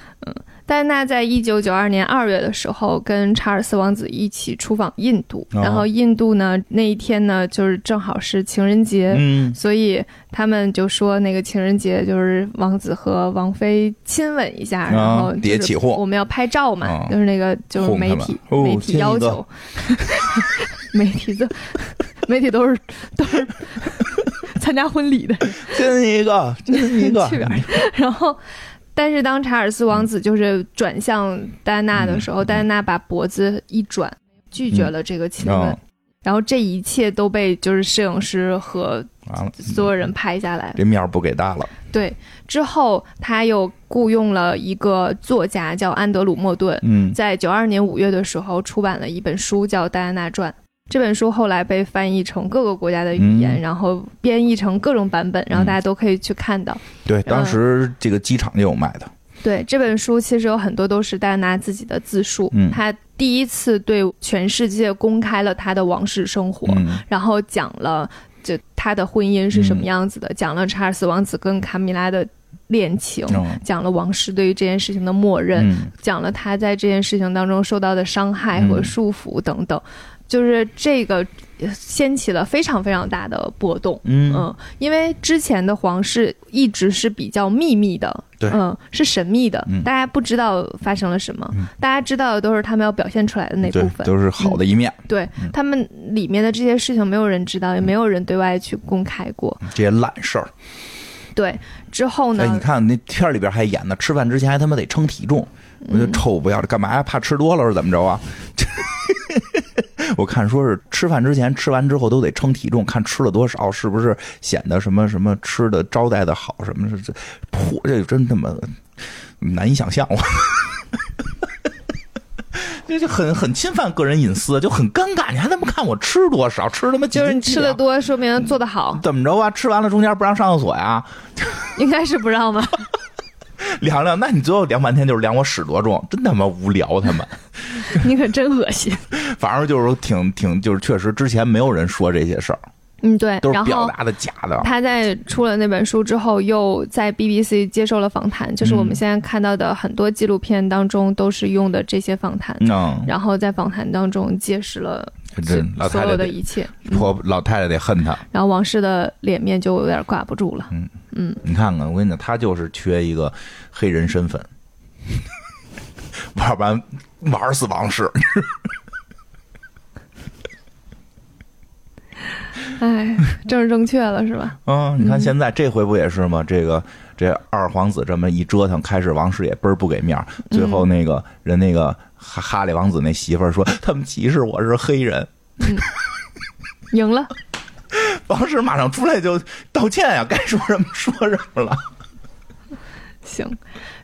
[SPEAKER 1] 戴安娜在一九九二年二月的时候，跟查尔斯王子一起出访印度，
[SPEAKER 2] 哦
[SPEAKER 1] 然后印度呢那一天呢就是正好是情人节，
[SPEAKER 2] 嗯
[SPEAKER 1] 所以他们就说那个情人节就是王子和王妃亲吻一下，
[SPEAKER 2] 啊
[SPEAKER 1] 然后就是
[SPEAKER 2] 别起哄
[SPEAKER 1] 我们要拍照嘛，
[SPEAKER 2] 啊
[SPEAKER 1] 就是那个就是媒体、
[SPEAKER 2] 哄他们哦
[SPEAKER 1] 媒体要求， 媒体的媒体都是都是参加婚礼的人，
[SPEAKER 2] 真一个，真一 个，
[SPEAKER 1] 去边儿然后。但是当查尔斯王子就是转向戴安娜的时候，
[SPEAKER 2] 嗯
[SPEAKER 1] 戴安娜把脖子一转，拒绝了这个亲吻，
[SPEAKER 2] 嗯哦
[SPEAKER 1] 然后这一切都被就是摄影师和
[SPEAKER 2] 完了，嗯
[SPEAKER 1] 所有人拍下来。
[SPEAKER 2] 这面儿不给大了，
[SPEAKER 1] 对，之后他又雇佣了一个作家叫安德鲁·莫顿，
[SPEAKER 2] 嗯
[SPEAKER 1] 在九二年五月的时候出版了一本书叫《戴安娜传》。这本书后来被翻译成各个国家的语言，
[SPEAKER 2] 嗯
[SPEAKER 1] 然后编译成各种版本，然后
[SPEAKER 2] 嗯
[SPEAKER 1] 大家都可以去看到。
[SPEAKER 2] 对，当时这个机场就有卖的，
[SPEAKER 1] 对这本书，其实有很多都是戴安娜自己的自述。
[SPEAKER 2] 嗯
[SPEAKER 1] 她第一次对全世界公开了她的王室生活，
[SPEAKER 2] 嗯
[SPEAKER 1] 然后讲了就她的婚姻是什么
[SPEAKER 2] 嗯
[SPEAKER 1] 样子的，讲了查尔斯王子跟卡米拉的恋情，
[SPEAKER 2] 嗯
[SPEAKER 1] 讲了王室对于这件事情的默认，
[SPEAKER 2] 嗯
[SPEAKER 1] 讲了他在这件事情当中受到的伤害和束缚等等，就是这个呃掀起了非常非常大的波动。
[SPEAKER 2] 嗯
[SPEAKER 1] 嗯，因为之前的皇室一直是比较秘密的，
[SPEAKER 2] 对
[SPEAKER 1] 嗯，是神秘的，
[SPEAKER 2] 嗯
[SPEAKER 1] 大家不知道发生了什么，
[SPEAKER 2] 嗯
[SPEAKER 1] 大家知道的都是他们要表现出来的那
[SPEAKER 2] 对
[SPEAKER 1] 部分，，
[SPEAKER 2] 都是好的一面，
[SPEAKER 1] 对
[SPEAKER 2] 嗯
[SPEAKER 1] 他们里面的这些事情没有人知道，也没有人对外去公开过，
[SPEAKER 2] 这些烂事儿。
[SPEAKER 1] 对，之后
[SPEAKER 2] 哎，你
[SPEAKER 1] 呢，
[SPEAKER 2] 看那片儿里边还演呢，吃饭之前还他妈得称体重，我
[SPEAKER 1] 嗯
[SPEAKER 2] 就臭不要脸，干嘛呀？怕吃多了是怎么着啊？ 我看说是吃饭之前、吃完之后都得称体重，看吃了多少，是不是显得什么什么吃的招待的好，什么是这破这真他妈难以想象我。 这就很很侵犯个人隐私，就很尴尬。你还他妈看我吃多少，吃他妈几
[SPEAKER 1] 就是
[SPEAKER 2] 斤
[SPEAKER 1] 你
[SPEAKER 2] 几
[SPEAKER 1] 吃的
[SPEAKER 2] 两
[SPEAKER 1] 多，说明做的 好，
[SPEAKER 2] 怎么着啊？吃完了中间不让上厕所呀？
[SPEAKER 1] 应该是不让吧。
[SPEAKER 2] 量量，那你最后量半天就是量我屎多重，真他妈无聊！他们，
[SPEAKER 1] 你可真恶心。
[SPEAKER 2] 反正就是挺挺，就是确实之前没有人说这些事儿，
[SPEAKER 1] 嗯，对
[SPEAKER 2] 都。是
[SPEAKER 1] 然
[SPEAKER 2] 表
[SPEAKER 1] 后
[SPEAKER 2] 达啊的假的。
[SPEAKER 1] 他在出了那本书之后，又在 BBC 接受了访谈，就是我们
[SPEAKER 2] 嗯
[SPEAKER 1] 现在看到的很多纪录片当中都是用的这些访谈。
[SPEAKER 2] 嗯，
[SPEAKER 1] 然后在访谈当中揭示了
[SPEAKER 2] 这老
[SPEAKER 1] 所
[SPEAKER 2] 太
[SPEAKER 1] 有的
[SPEAKER 2] 太得
[SPEAKER 1] 一切，
[SPEAKER 2] 婆老太太得恨他。
[SPEAKER 1] 然后王室的脸面就有点挂不住了。
[SPEAKER 2] 你看看，我跟你讲，他就是缺一个黑人身份，要不然玩死王室。
[SPEAKER 1] 哎，政治正确了是吧？
[SPEAKER 2] 嗯，你看现在这回不也是吗？这个这二皇子这么一折腾，开始王室也倍儿不给面儿，最后
[SPEAKER 1] 嗯
[SPEAKER 2] 那个人那个哈哈利王子那媳妇儿说，他们歧视我是黑人。
[SPEAKER 1] 赢了，
[SPEAKER 2] 王石马上出来就道歉呀、 该说什么说什么了。
[SPEAKER 1] 行。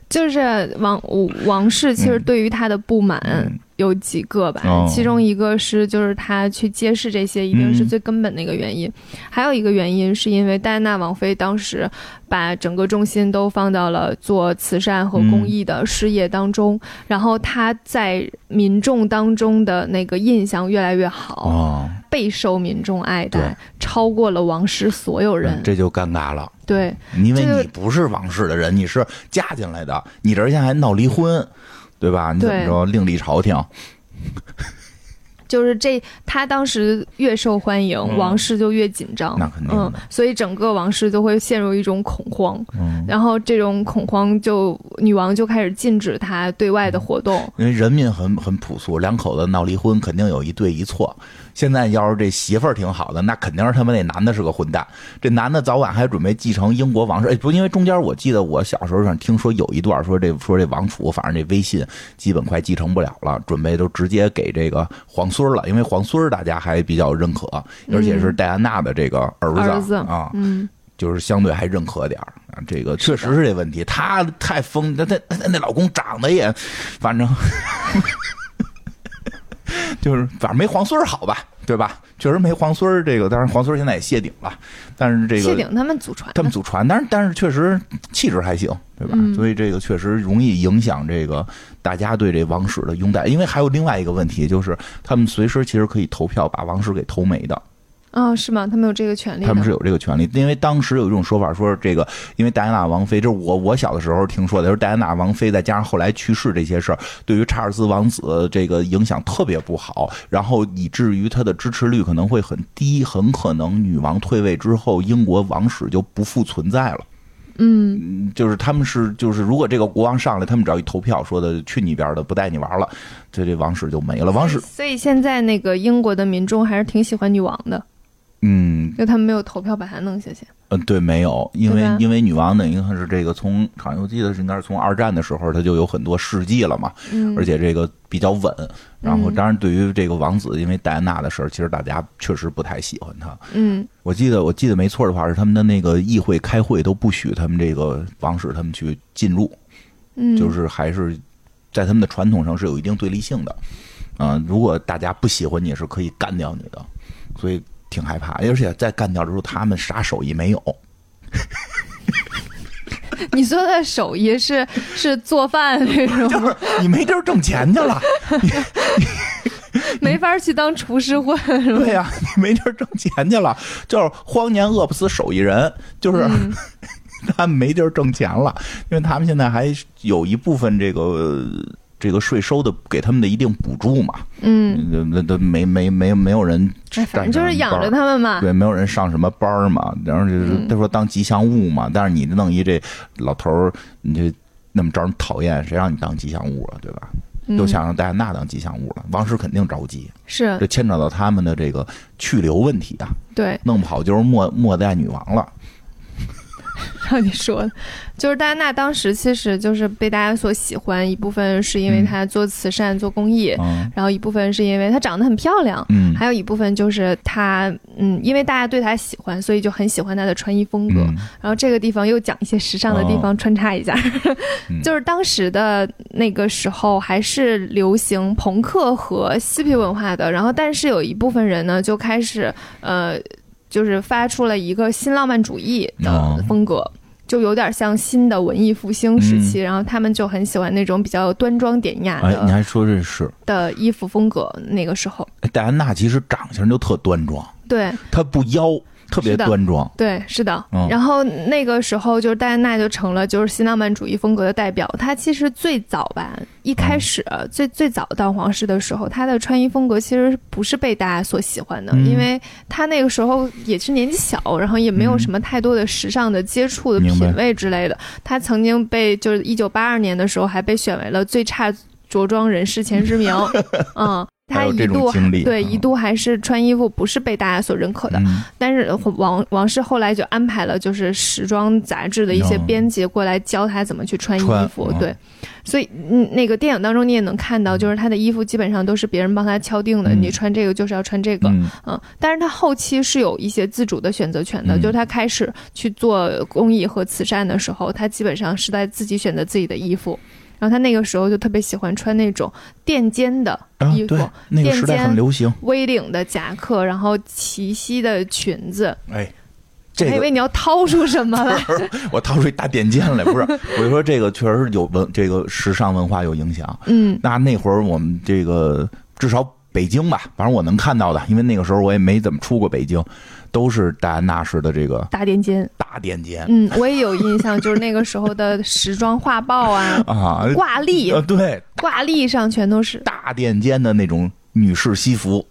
[SPEAKER 1] 就是王王室其实对于他的不满
[SPEAKER 2] 嗯
[SPEAKER 1] 有几个吧，
[SPEAKER 2] 哦
[SPEAKER 1] 其中一个是就是他去揭示这些一定是
[SPEAKER 2] 嗯
[SPEAKER 1] 最根本的一个原因，还有一个原因是因为戴安娜王妃当时把整个重心都放到了做慈善
[SPEAKER 2] 嗯
[SPEAKER 1] 和公益的事业当中，然后她在民众当中的那个印象越来越好，
[SPEAKER 2] 哦，
[SPEAKER 1] 备受民众爱
[SPEAKER 2] 对嗯
[SPEAKER 1] 戴，超过了王室所有人。
[SPEAKER 2] 这就尴尬了，
[SPEAKER 1] 对，
[SPEAKER 2] 因为
[SPEAKER 1] 这个
[SPEAKER 2] 你不是王室的人，你是嫁进来的，你这人现在还闹离婚，对吧？你怎么
[SPEAKER 1] 对
[SPEAKER 2] 着另立朝廷？
[SPEAKER 1] 就是这，他当时越受欢迎，
[SPEAKER 2] 嗯
[SPEAKER 1] 王室就越紧张，
[SPEAKER 2] 那肯定的
[SPEAKER 1] 嗯，所以整个王室就会陷入一种恐慌，
[SPEAKER 2] 嗯，
[SPEAKER 1] 然后这种恐慌就女王就开始禁止他对外
[SPEAKER 2] 嗯
[SPEAKER 1] 的活动，
[SPEAKER 2] 因为人民很很朴素，两口子闹离婚肯定有一对一错。现在要是这媳妇儿挺好的，那肯定是他们那男的是个混蛋。这男的早晚还准备继承英国王室。哎，不，因为中间我记得我小时候上听说有一段说这说这王储，反正这威信基本快继承不了了，准备都直接给这个皇孙儿了，因为皇孙儿大家还比较认可，而且是戴安娜的这个儿子,、
[SPEAKER 1] 嗯儿子
[SPEAKER 2] 啊，
[SPEAKER 1] 嗯，
[SPEAKER 2] 就是相对还认可点儿啊。这个确实是这问题，她太疯，那那那那老公长得也，反正就是反正没黄孙儿好吧，对吧？确实没黄孙儿这个，当然黄孙儿现在也谢顶了，但是这
[SPEAKER 1] 谢
[SPEAKER 2] 个
[SPEAKER 1] 顶他们祖传的
[SPEAKER 2] 他们，祖传，但是但是确实气质还行，对吧？
[SPEAKER 1] 嗯
[SPEAKER 2] 所以这个确实容易影响这个大家对这王室的拥戴，因为还有另外一个问题就是，他们随时其实可以投票把王室给投没的。
[SPEAKER 1] 啊、是吗？他们有这个权利的，
[SPEAKER 2] 他们是有这个权利，因为当时有一种说法说，这个因为戴安娜王妃，这是我我小的时候听说的，就是戴安娜王妃再加上后来去世这些事儿，对于查尔斯王子这个影响特别不好，然后以至于他的支持率可能会很低，很可能女王退位之后，英国王室就不复存在了。
[SPEAKER 1] 嗯，
[SPEAKER 2] 嗯就是他们是就是，如果这个国王上来，他们只要一投票说的去你边儿的，不带你玩了，这这王室就没了。王室
[SPEAKER 1] 所以现在那个英国的民众还是挺喜欢女王的，
[SPEAKER 2] 嗯
[SPEAKER 1] 因为他们没有投票把它弄下去。
[SPEAKER 2] 嗯，对，没有，因为
[SPEAKER 1] 对吧
[SPEAKER 2] 因为女王等于是这个从《场游记》的是应该是从二战的时候，它就有很多事迹了嘛，
[SPEAKER 1] 嗯，
[SPEAKER 2] 而且这个比较稳。然后，
[SPEAKER 1] 嗯
[SPEAKER 2] 当然对于这个王子，因为戴安娜的事儿，其实大家确实不太喜欢他。
[SPEAKER 1] 嗯
[SPEAKER 2] 我记得我记得没错的话，是他们的那个议会开会都不许他们这个王室他们去进入，
[SPEAKER 1] 嗯，
[SPEAKER 2] 就是还是在他们的传统上是有一定对立性的。嗯、如果大家不喜欢你，是可以干掉你的，所以挺害怕。而且在干掉之后，他们啥手艺没有。
[SPEAKER 1] 你说的手艺是是做饭这
[SPEAKER 2] 就
[SPEAKER 1] 种，
[SPEAKER 2] 是你没地儿挣钱去了，
[SPEAKER 1] 没法去当厨师混。
[SPEAKER 2] 对呀、你没地儿挣钱去了，就是荒年饿不死手艺人，就是、
[SPEAKER 1] 嗯
[SPEAKER 2] 他们没地儿挣钱了，因为他们现在还有一部分这个这个税收的给他们的一定补助嘛，
[SPEAKER 1] 嗯，
[SPEAKER 2] 那那那没没没没有人
[SPEAKER 1] 哎，
[SPEAKER 2] 干
[SPEAKER 1] 反正就是
[SPEAKER 2] 上
[SPEAKER 1] 养
[SPEAKER 2] 班
[SPEAKER 1] 着他嗯们嘛。
[SPEAKER 2] 对，没有人上什么班儿嘛，然后就是他说当吉祥物嘛，但是你弄一这老头儿，你这那么招人讨厌，谁让你当吉祥物啊了，对吧？
[SPEAKER 1] 嗯
[SPEAKER 2] 都想让戴安娜当吉祥物了，王室肯定着急，
[SPEAKER 1] 是
[SPEAKER 2] 这牵扯到他们的这个去留问题啊，
[SPEAKER 1] 对，
[SPEAKER 2] 弄不好就是末末代女王了。
[SPEAKER 1] 让你说的，就是戴安娜当时其实就是被大家所喜欢，一部分是因为
[SPEAKER 2] 嗯
[SPEAKER 1] 她做慈善、做公益，
[SPEAKER 2] 嗯
[SPEAKER 1] 然后一部分是因为她长得很漂亮，
[SPEAKER 2] 嗯
[SPEAKER 1] 还有一部分就是她，嗯，因为大家对她喜欢，所以就很喜欢她的穿衣风格。
[SPEAKER 2] 嗯
[SPEAKER 1] 然后这个地方又讲一些时尚的地方穿插一下，
[SPEAKER 2] 哦嗯
[SPEAKER 1] 就是当时的那个时候还是流行朋克和嬉皮文化的，然后但是有一部分人呢就开始呃，就是发出了一个新浪漫主义
[SPEAKER 2] 哦
[SPEAKER 1] 的风格。就有点像新的文艺复兴时期，然后他们就很喜欢那种比较端庄典雅
[SPEAKER 2] 嗯哎
[SPEAKER 1] 的、，
[SPEAKER 2] 你还说这是
[SPEAKER 1] 的衣服风格。那个时候，
[SPEAKER 2] 哎戴安娜，其实长相就特端庄，
[SPEAKER 1] 对，
[SPEAKER 2] 她不妖，特别
[SPEAKER 1] 是的
[SPEAKER 2] 端庄。
[SPEAKER 1] 对，是的。
[SPEAKER 2] 嗯
[SPEAKER 1] 然后那个时候，就是戴安娜就成了就是新浪漫主义风格的代表。她其实最早吧，一开始、
[SPEAKER 2] 嗯
[SPEAKER 1] 最最早当皇室的时候，她的穿衣风格其实不是被大家所喜欢的，
[SPEAKER 2] 嗯
[SPEAKER 1] 因为她那个时候也是年纪小，然后也没有什么太多的时尚的接触的
[SPEAKER 2] 明白
[SPEAKER 1] 品味之类的。她曾经被就是一九八二年的时候还被选为了最差着装人士前 十名。嗯，
[SPEAKER 2] 还
[SPEAKER 1] 她
[SPEAKER 2] 有
[SPEAKER 1] 一
[SPEAKER 2] 这
[SPEAKER 1] 度
[SPEAKER 2] 种经历，
[SPEAKER 1] 对
[SPEAKER 2] 嗯
[SPEAKER 1] 一度还是穿衣服不是被大家所认可的。
[SPEAKER 2] 嗯
[SPEAKER 1] 但是王王室后来就安排了，就是时装杂志的一些
[SPEAKER 2] 哦
[SPEAKER 1] 编辑过来教他怎么去穿衣服。
[SPEAKER 2] 穿嗯
[SPEAKER 1] 对，所以嗯，那个电影当中你也能看到，就是他的衣服基本上都是别人帮他敲定的，
[SPEAKER 2] 嗯
[SPEAKER 1] 你穿这个就是要穿这个。
[SPEAKER 2] 嗯
[SPEAKER 1] 嗯，但是他后期是有一些自主的选择权的，
[SPEAKER 2] 嗯
[SPEAKER 1] 就是他开始去做公益和慈善的时候，他基本上是在自己选择自己的衣服。然后他那个时候就特别喜欢穿那种垫肩的
[SPEAKER 2] 啊
[SPEAKER 1] 衣服、
[SPEAKER 2] 对，那个时代很流行。
[SPEAKER 1] 微领的夹克，然后齐膝的裙子，
[SPEAKER 2] 哎，这
[SPEAKER 1] 我以
[SPEAKER 2] 个
[SPEAKER 1] 为你要掏出什么来。
[SPEAKER 2] 我掏出一大垫肩来，不是，我就说这个确实是有文，这个时尚文化有影响。
[SPEAKER 1] 嗯
[SPEAKER 2] 那那会儿我们这个至少北京吧，反正我能看到的，因为那个时候我也没怎么出过北京，都是戴安娜式的这个
[SPEAKER 1] 大垫肩，
[SPEAKER 2] 大垫肩、，
[SPEAKER 1] 嗯，我也有印象，就是那个时候的时装画报啊
[SPEAKER 2] 啊，
[SPEAKER 1] 挂历
[SPEAKER 2] 呃，，对，
[SPEAKER 1] 挂历上全都是，
[SPEAKER 2] 大垫肩的那种女士西服，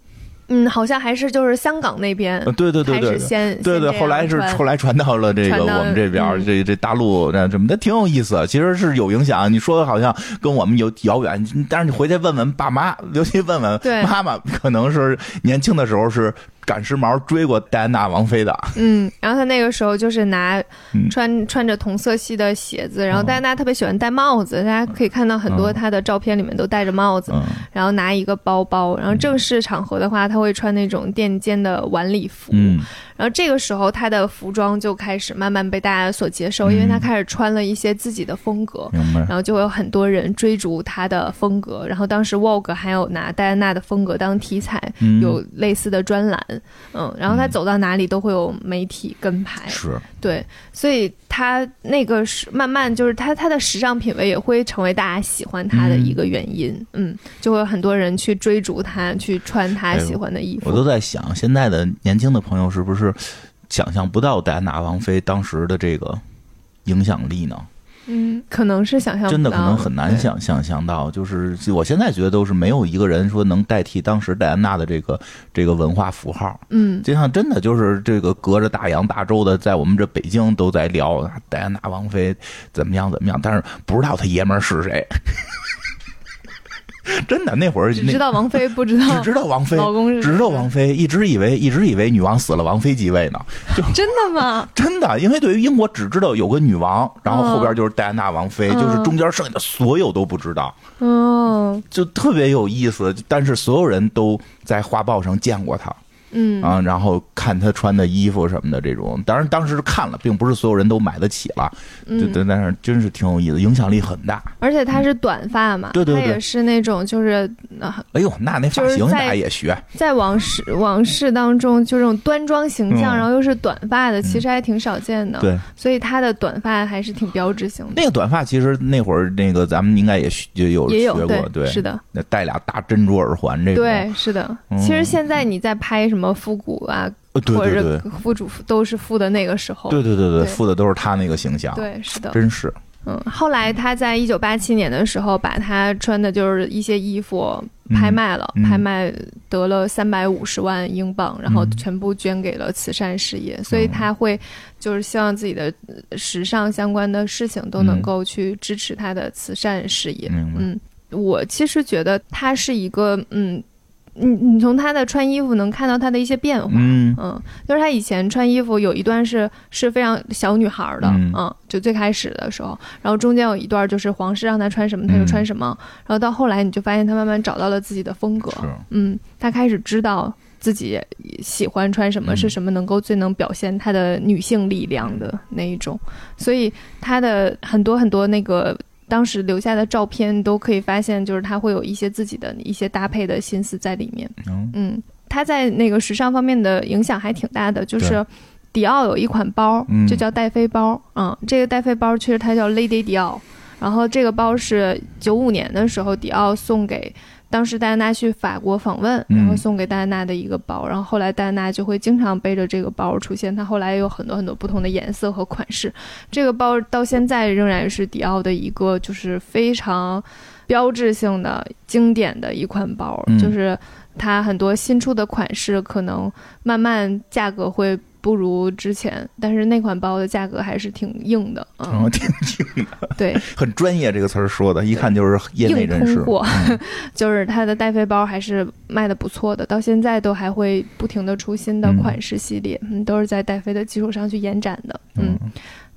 [SPEAKER 1] 嗯，好像还是就是香港那边
[SPEAKER 2] 呃，对对对
[SPEAKER 1] 嗯开
[SPEAKER 2] 对
[SPEAKER 1] 始。先，
[SPEAKER 2] 对对，
[SPEAKER 1] 先这样
[SPEAKER 2] 后来是
[SPEAKER 1] 穿
[SPEAKER 2] 后来传到了这个
[SPEAKER 1] 传到
[SPEAKER 2] 我们这边儿，
[SPEAKER 1] 嗯
[SPEAKER 2] 这这大陆那什么的，挺有意思，其实是有影响。啊你说的好像跟我们有遥远，但是你回去问问爸妈，尤其问问
[SPEAKER 1] 对
[SPEAKER 2] 妈妈，可能是年轻的时候是赶时髦追过戴安娜王妃的。
[SPEAKER 1] 嗯，然后他那个时候就是拿
[SPEAKER 2] 嗯
[SPEAKER 1] 穿穿着同色系的鞋子，然后
[SPEAKER 2] 哦
[SPEAKER 1] 戴安娜特别喜欢戴帽子，大家可以看到很多
[SPEAKER 2] 嗯
[SPEAKER 1] 她的照片里面都戴着帽子，
[SPEAKER 2] 嗯
[SPEAKER 1] 然后拿一个包包，然后正式场合的话，她会穿那种垫肩的晚礼服，
[SPEAKER 2] 嗯，
[SPEAKER 1] 然后这个时候，她的服装就开始慢慢被大家所接
[SPEAKER 2] 嗯
[SPEAKER 1] 受，因为她开始穿了一些自己的风格，
[SPEAKER 2] 明白。
[SPEAKER 1] 然后就会有很多人追逐她的风格。然后当时 Vogue 还有拿戴安娜的风格当题材，
[SPEAKER 2] 嗯
[SPEAKER 1] 有类似的专栏，嗯，然后她走到哪里都会有媒体跟拍，
[SPEAKER 2] 是
[SPEAKER 1] 对，所以她那个是慢慢就是她她的时尚品味也会成为大家喜欢她的一个原因，嗯就会有很多人去追逐她，去穿她
[SPEAKER 2] 哎
[SPEAKER 1] 喜欢的衣服，
[SPEAKER 2] 我都在想，现在的年轻的朋友是不是想象不到戴安娜王妃当时的这个影响力呢？
[SPEAKER 1] 嗯，可能是想象
[SPEAKER 2] 真的
[SPEAKER 1] 不
[SPEAKER 2] 可
[SPEAKER 1] 到
[SPEAKER 2] 能很难
[SPEAKER 1] 对
[SPEAKER 2] 想想象到，就是我现在觉得都是没有一个人说能代替当时戴安娜的这个这个文化符号。
[SPEAKER 1] 嗯，
[SPEAKER 2] 就像真的就是这个隔着大洋大洲的，在我们这北京都在聊啊戴安娜王妃怎么样怎么样，但是不知道她爷们儿是谁。 真的那会儿
[SPEAKER 1] 只
[SPEAKER 2] 那
[SPEAKER 1] 知道哦王菲，不知道
[SPEAKER 2] 只知道王菲，
[SPEAKER 1] 老公是
[SPEAKER 2] 只知道王菲，一直以为一直以为女王死了，王菲继位呢。
[SPEAKER 1] 真的 吗？
[SPEAKER 2] 真的，因为对于英国只知道有个女王，然后后边就是戴安娜王妃，
[SPEAKER 1] 嗯
[SPEAKER 2] 就是中间剩下的所有都不知道，
[SPEAKER 1] 嗯
[SPEAKER 2] 就特别有意思。但是所有人都在画报上见过她
[SPEAKER 1] 嗯
[SPEAKER 2] 啊，然后看她穿的衣服什么的这种。当然当时看了，并不是所有人都买得起了，对
[SPEAKER 1] 嗯，
[SPEAKER 2] 对，但是真是挺有意思，影响力很大。
[SPEAKER 1] 而且她是短发嘛，
[SPEAKER 2] 对对
[SPEAKER 1] 她
[SPEAKER 2] 对
[SPEAKER 1] 也是那种就是呃
[SPEAKER 2] 哎呦，那那发
[SPEAKER 1] 就
[SPEAKER 2] 型
[SPEAKER 1] 是在
[SPEAKER 2] 大家也学，
[SPEAKER 1] 在王室王室当中就这种端庄形象，
[SPEAKER 2] 嗯
[SPEAKER 1] 然后又是短发的，其实还挺少见的。
[SPEAKER 2] 对。
[SPEAKER 1] 所以她的短发还是挺标志性的，
[SPEAKER 2] 那个短发其实那会儿那个咱们应该也学也有
[SPEAKER 1] 也
[SPEAKER 2] 学
[SPEAKER 1] 有
[SPEAKER 2] 过，对，
[SPEAKER 1] 是的，
[SPEAKER 2] 那戴俩大珍珠耳环这种，
[SPEAKER 1] 对，是的。
[SPEAKER 2] 嗯
[SPEAKER 1] 其实现在你在拍什么复古啊，
[SPEAKER 2] 呃对
[SPEAKER 1] 或
[SPEAKER 2] 对
[SPEAKER 1] 者
[SPEAKER 2] 对，
[SPEAKER 1] 复主都是复的那个时候。
[SPEAKER 2] 对对对
[SPEAKER 1] 对
[SPEAKER 2] 对，附的都是他那个形象，
[SPEAKER 1] 对是的，
[SPEAKER 2] 真是
[SPEAKER 1] 嗯。后来她在一九八七年的时候，把她穿的就是一些衣服
[SPEAKER 2] 嗯
[SPEAKER 1] 拍卖了，
[SPEAKER 2] 嗯
[SPEAKER 1] 拍卖得了三百五十万英镑，然后
[SPEAKER 2] 嗯
[SPEAKER 1] 全部捐给了慈善事业。所以她会就是希望自己的呃时尚相关的事情都能
[SPEAKER 2] 嗯
[SPEAKER 1] 够去支持她的慈善事业。
[SPEAKER 2] 明白。
[SPEAKER 1] 嗯，我其实觉得她是一个，嗯，你你从她的穿衣服能看到她的一些变化。
[SPEAKER 2] 嗯
[SPEAKER 1] 嗯，就是她以前穿衣服有一段是是非常小女孩儿的，
[SPEAKER 2] 嗯
[SPEAKER 1] 就最开始的时候，然后中间有一段就是皇室让她穿什么她就
[SPEAKER 2] 嗯
[SPEAKER 1] 穿什么，然后到后来你就发现她慢慢找到了自己的风格
[SPEAKER 2] 是，
[SPEAKER 1] 嗯，她开始知道自己喜欢穿什么，
[SPEAKER 2] 嗯
[SPEAKER 1] 是什么能够最能表现她的女性力量的那一种，所以她的很多很多那个。当时留下的照片都可以发现，就是她会有一些自己的一些搭配的心思在里面。
[SPEAKER 2] 嗯
[SPEAKER 1] 嗯，它在那个时尚方面的影响还挺大的，就是
[SPEAKER 2] 对。
[SPEAKER 1] 迪奥有一款包，
[SPEAKER 2] 嗯
[SPEAKER 1] 就叫戴妃包，嗯，这个戴妃包其实它叫 Lady 迪奥，然后这个包是九五年的时候迪奥送给当时戴安娜去法国访问，
[SPEAKER 2] 嗯
[SPEAKER 1] 然后送给戴安娜的一个包，然后后来戴安娜就会经常背着这个包出现，它后来有很多很多不同的颜色和款式，这个包到现在仍然是迪奥的一个就是非常标志性的经典的一款包，
[SPEAKER 2] 嗯
[SPEAKER 1] 就是它很多新出的款式可能慢慢价格会不如之前，但是那款包的价格还是挺硬的，
[SPEAKER 2] 然
[SPEAKER 1] 嗯，
[SPEAKER 2] 后挺 挺
[SPEAKER 1] 对，
[SPEAKER 2] 很专业这个词儿说的，一看就是业内
[SPEAKER 1] 硬
[SPEAKER 2] 人士
[SPEAKER 1] 通。货，
[SPEAKER 2] 嗯
[SPEAKER 1] 就是它的戴妃包还是卖的不错的，到现在都还会不停的出新的款式系列，嗯，都是在戴妃的基础上去延展的，嗯，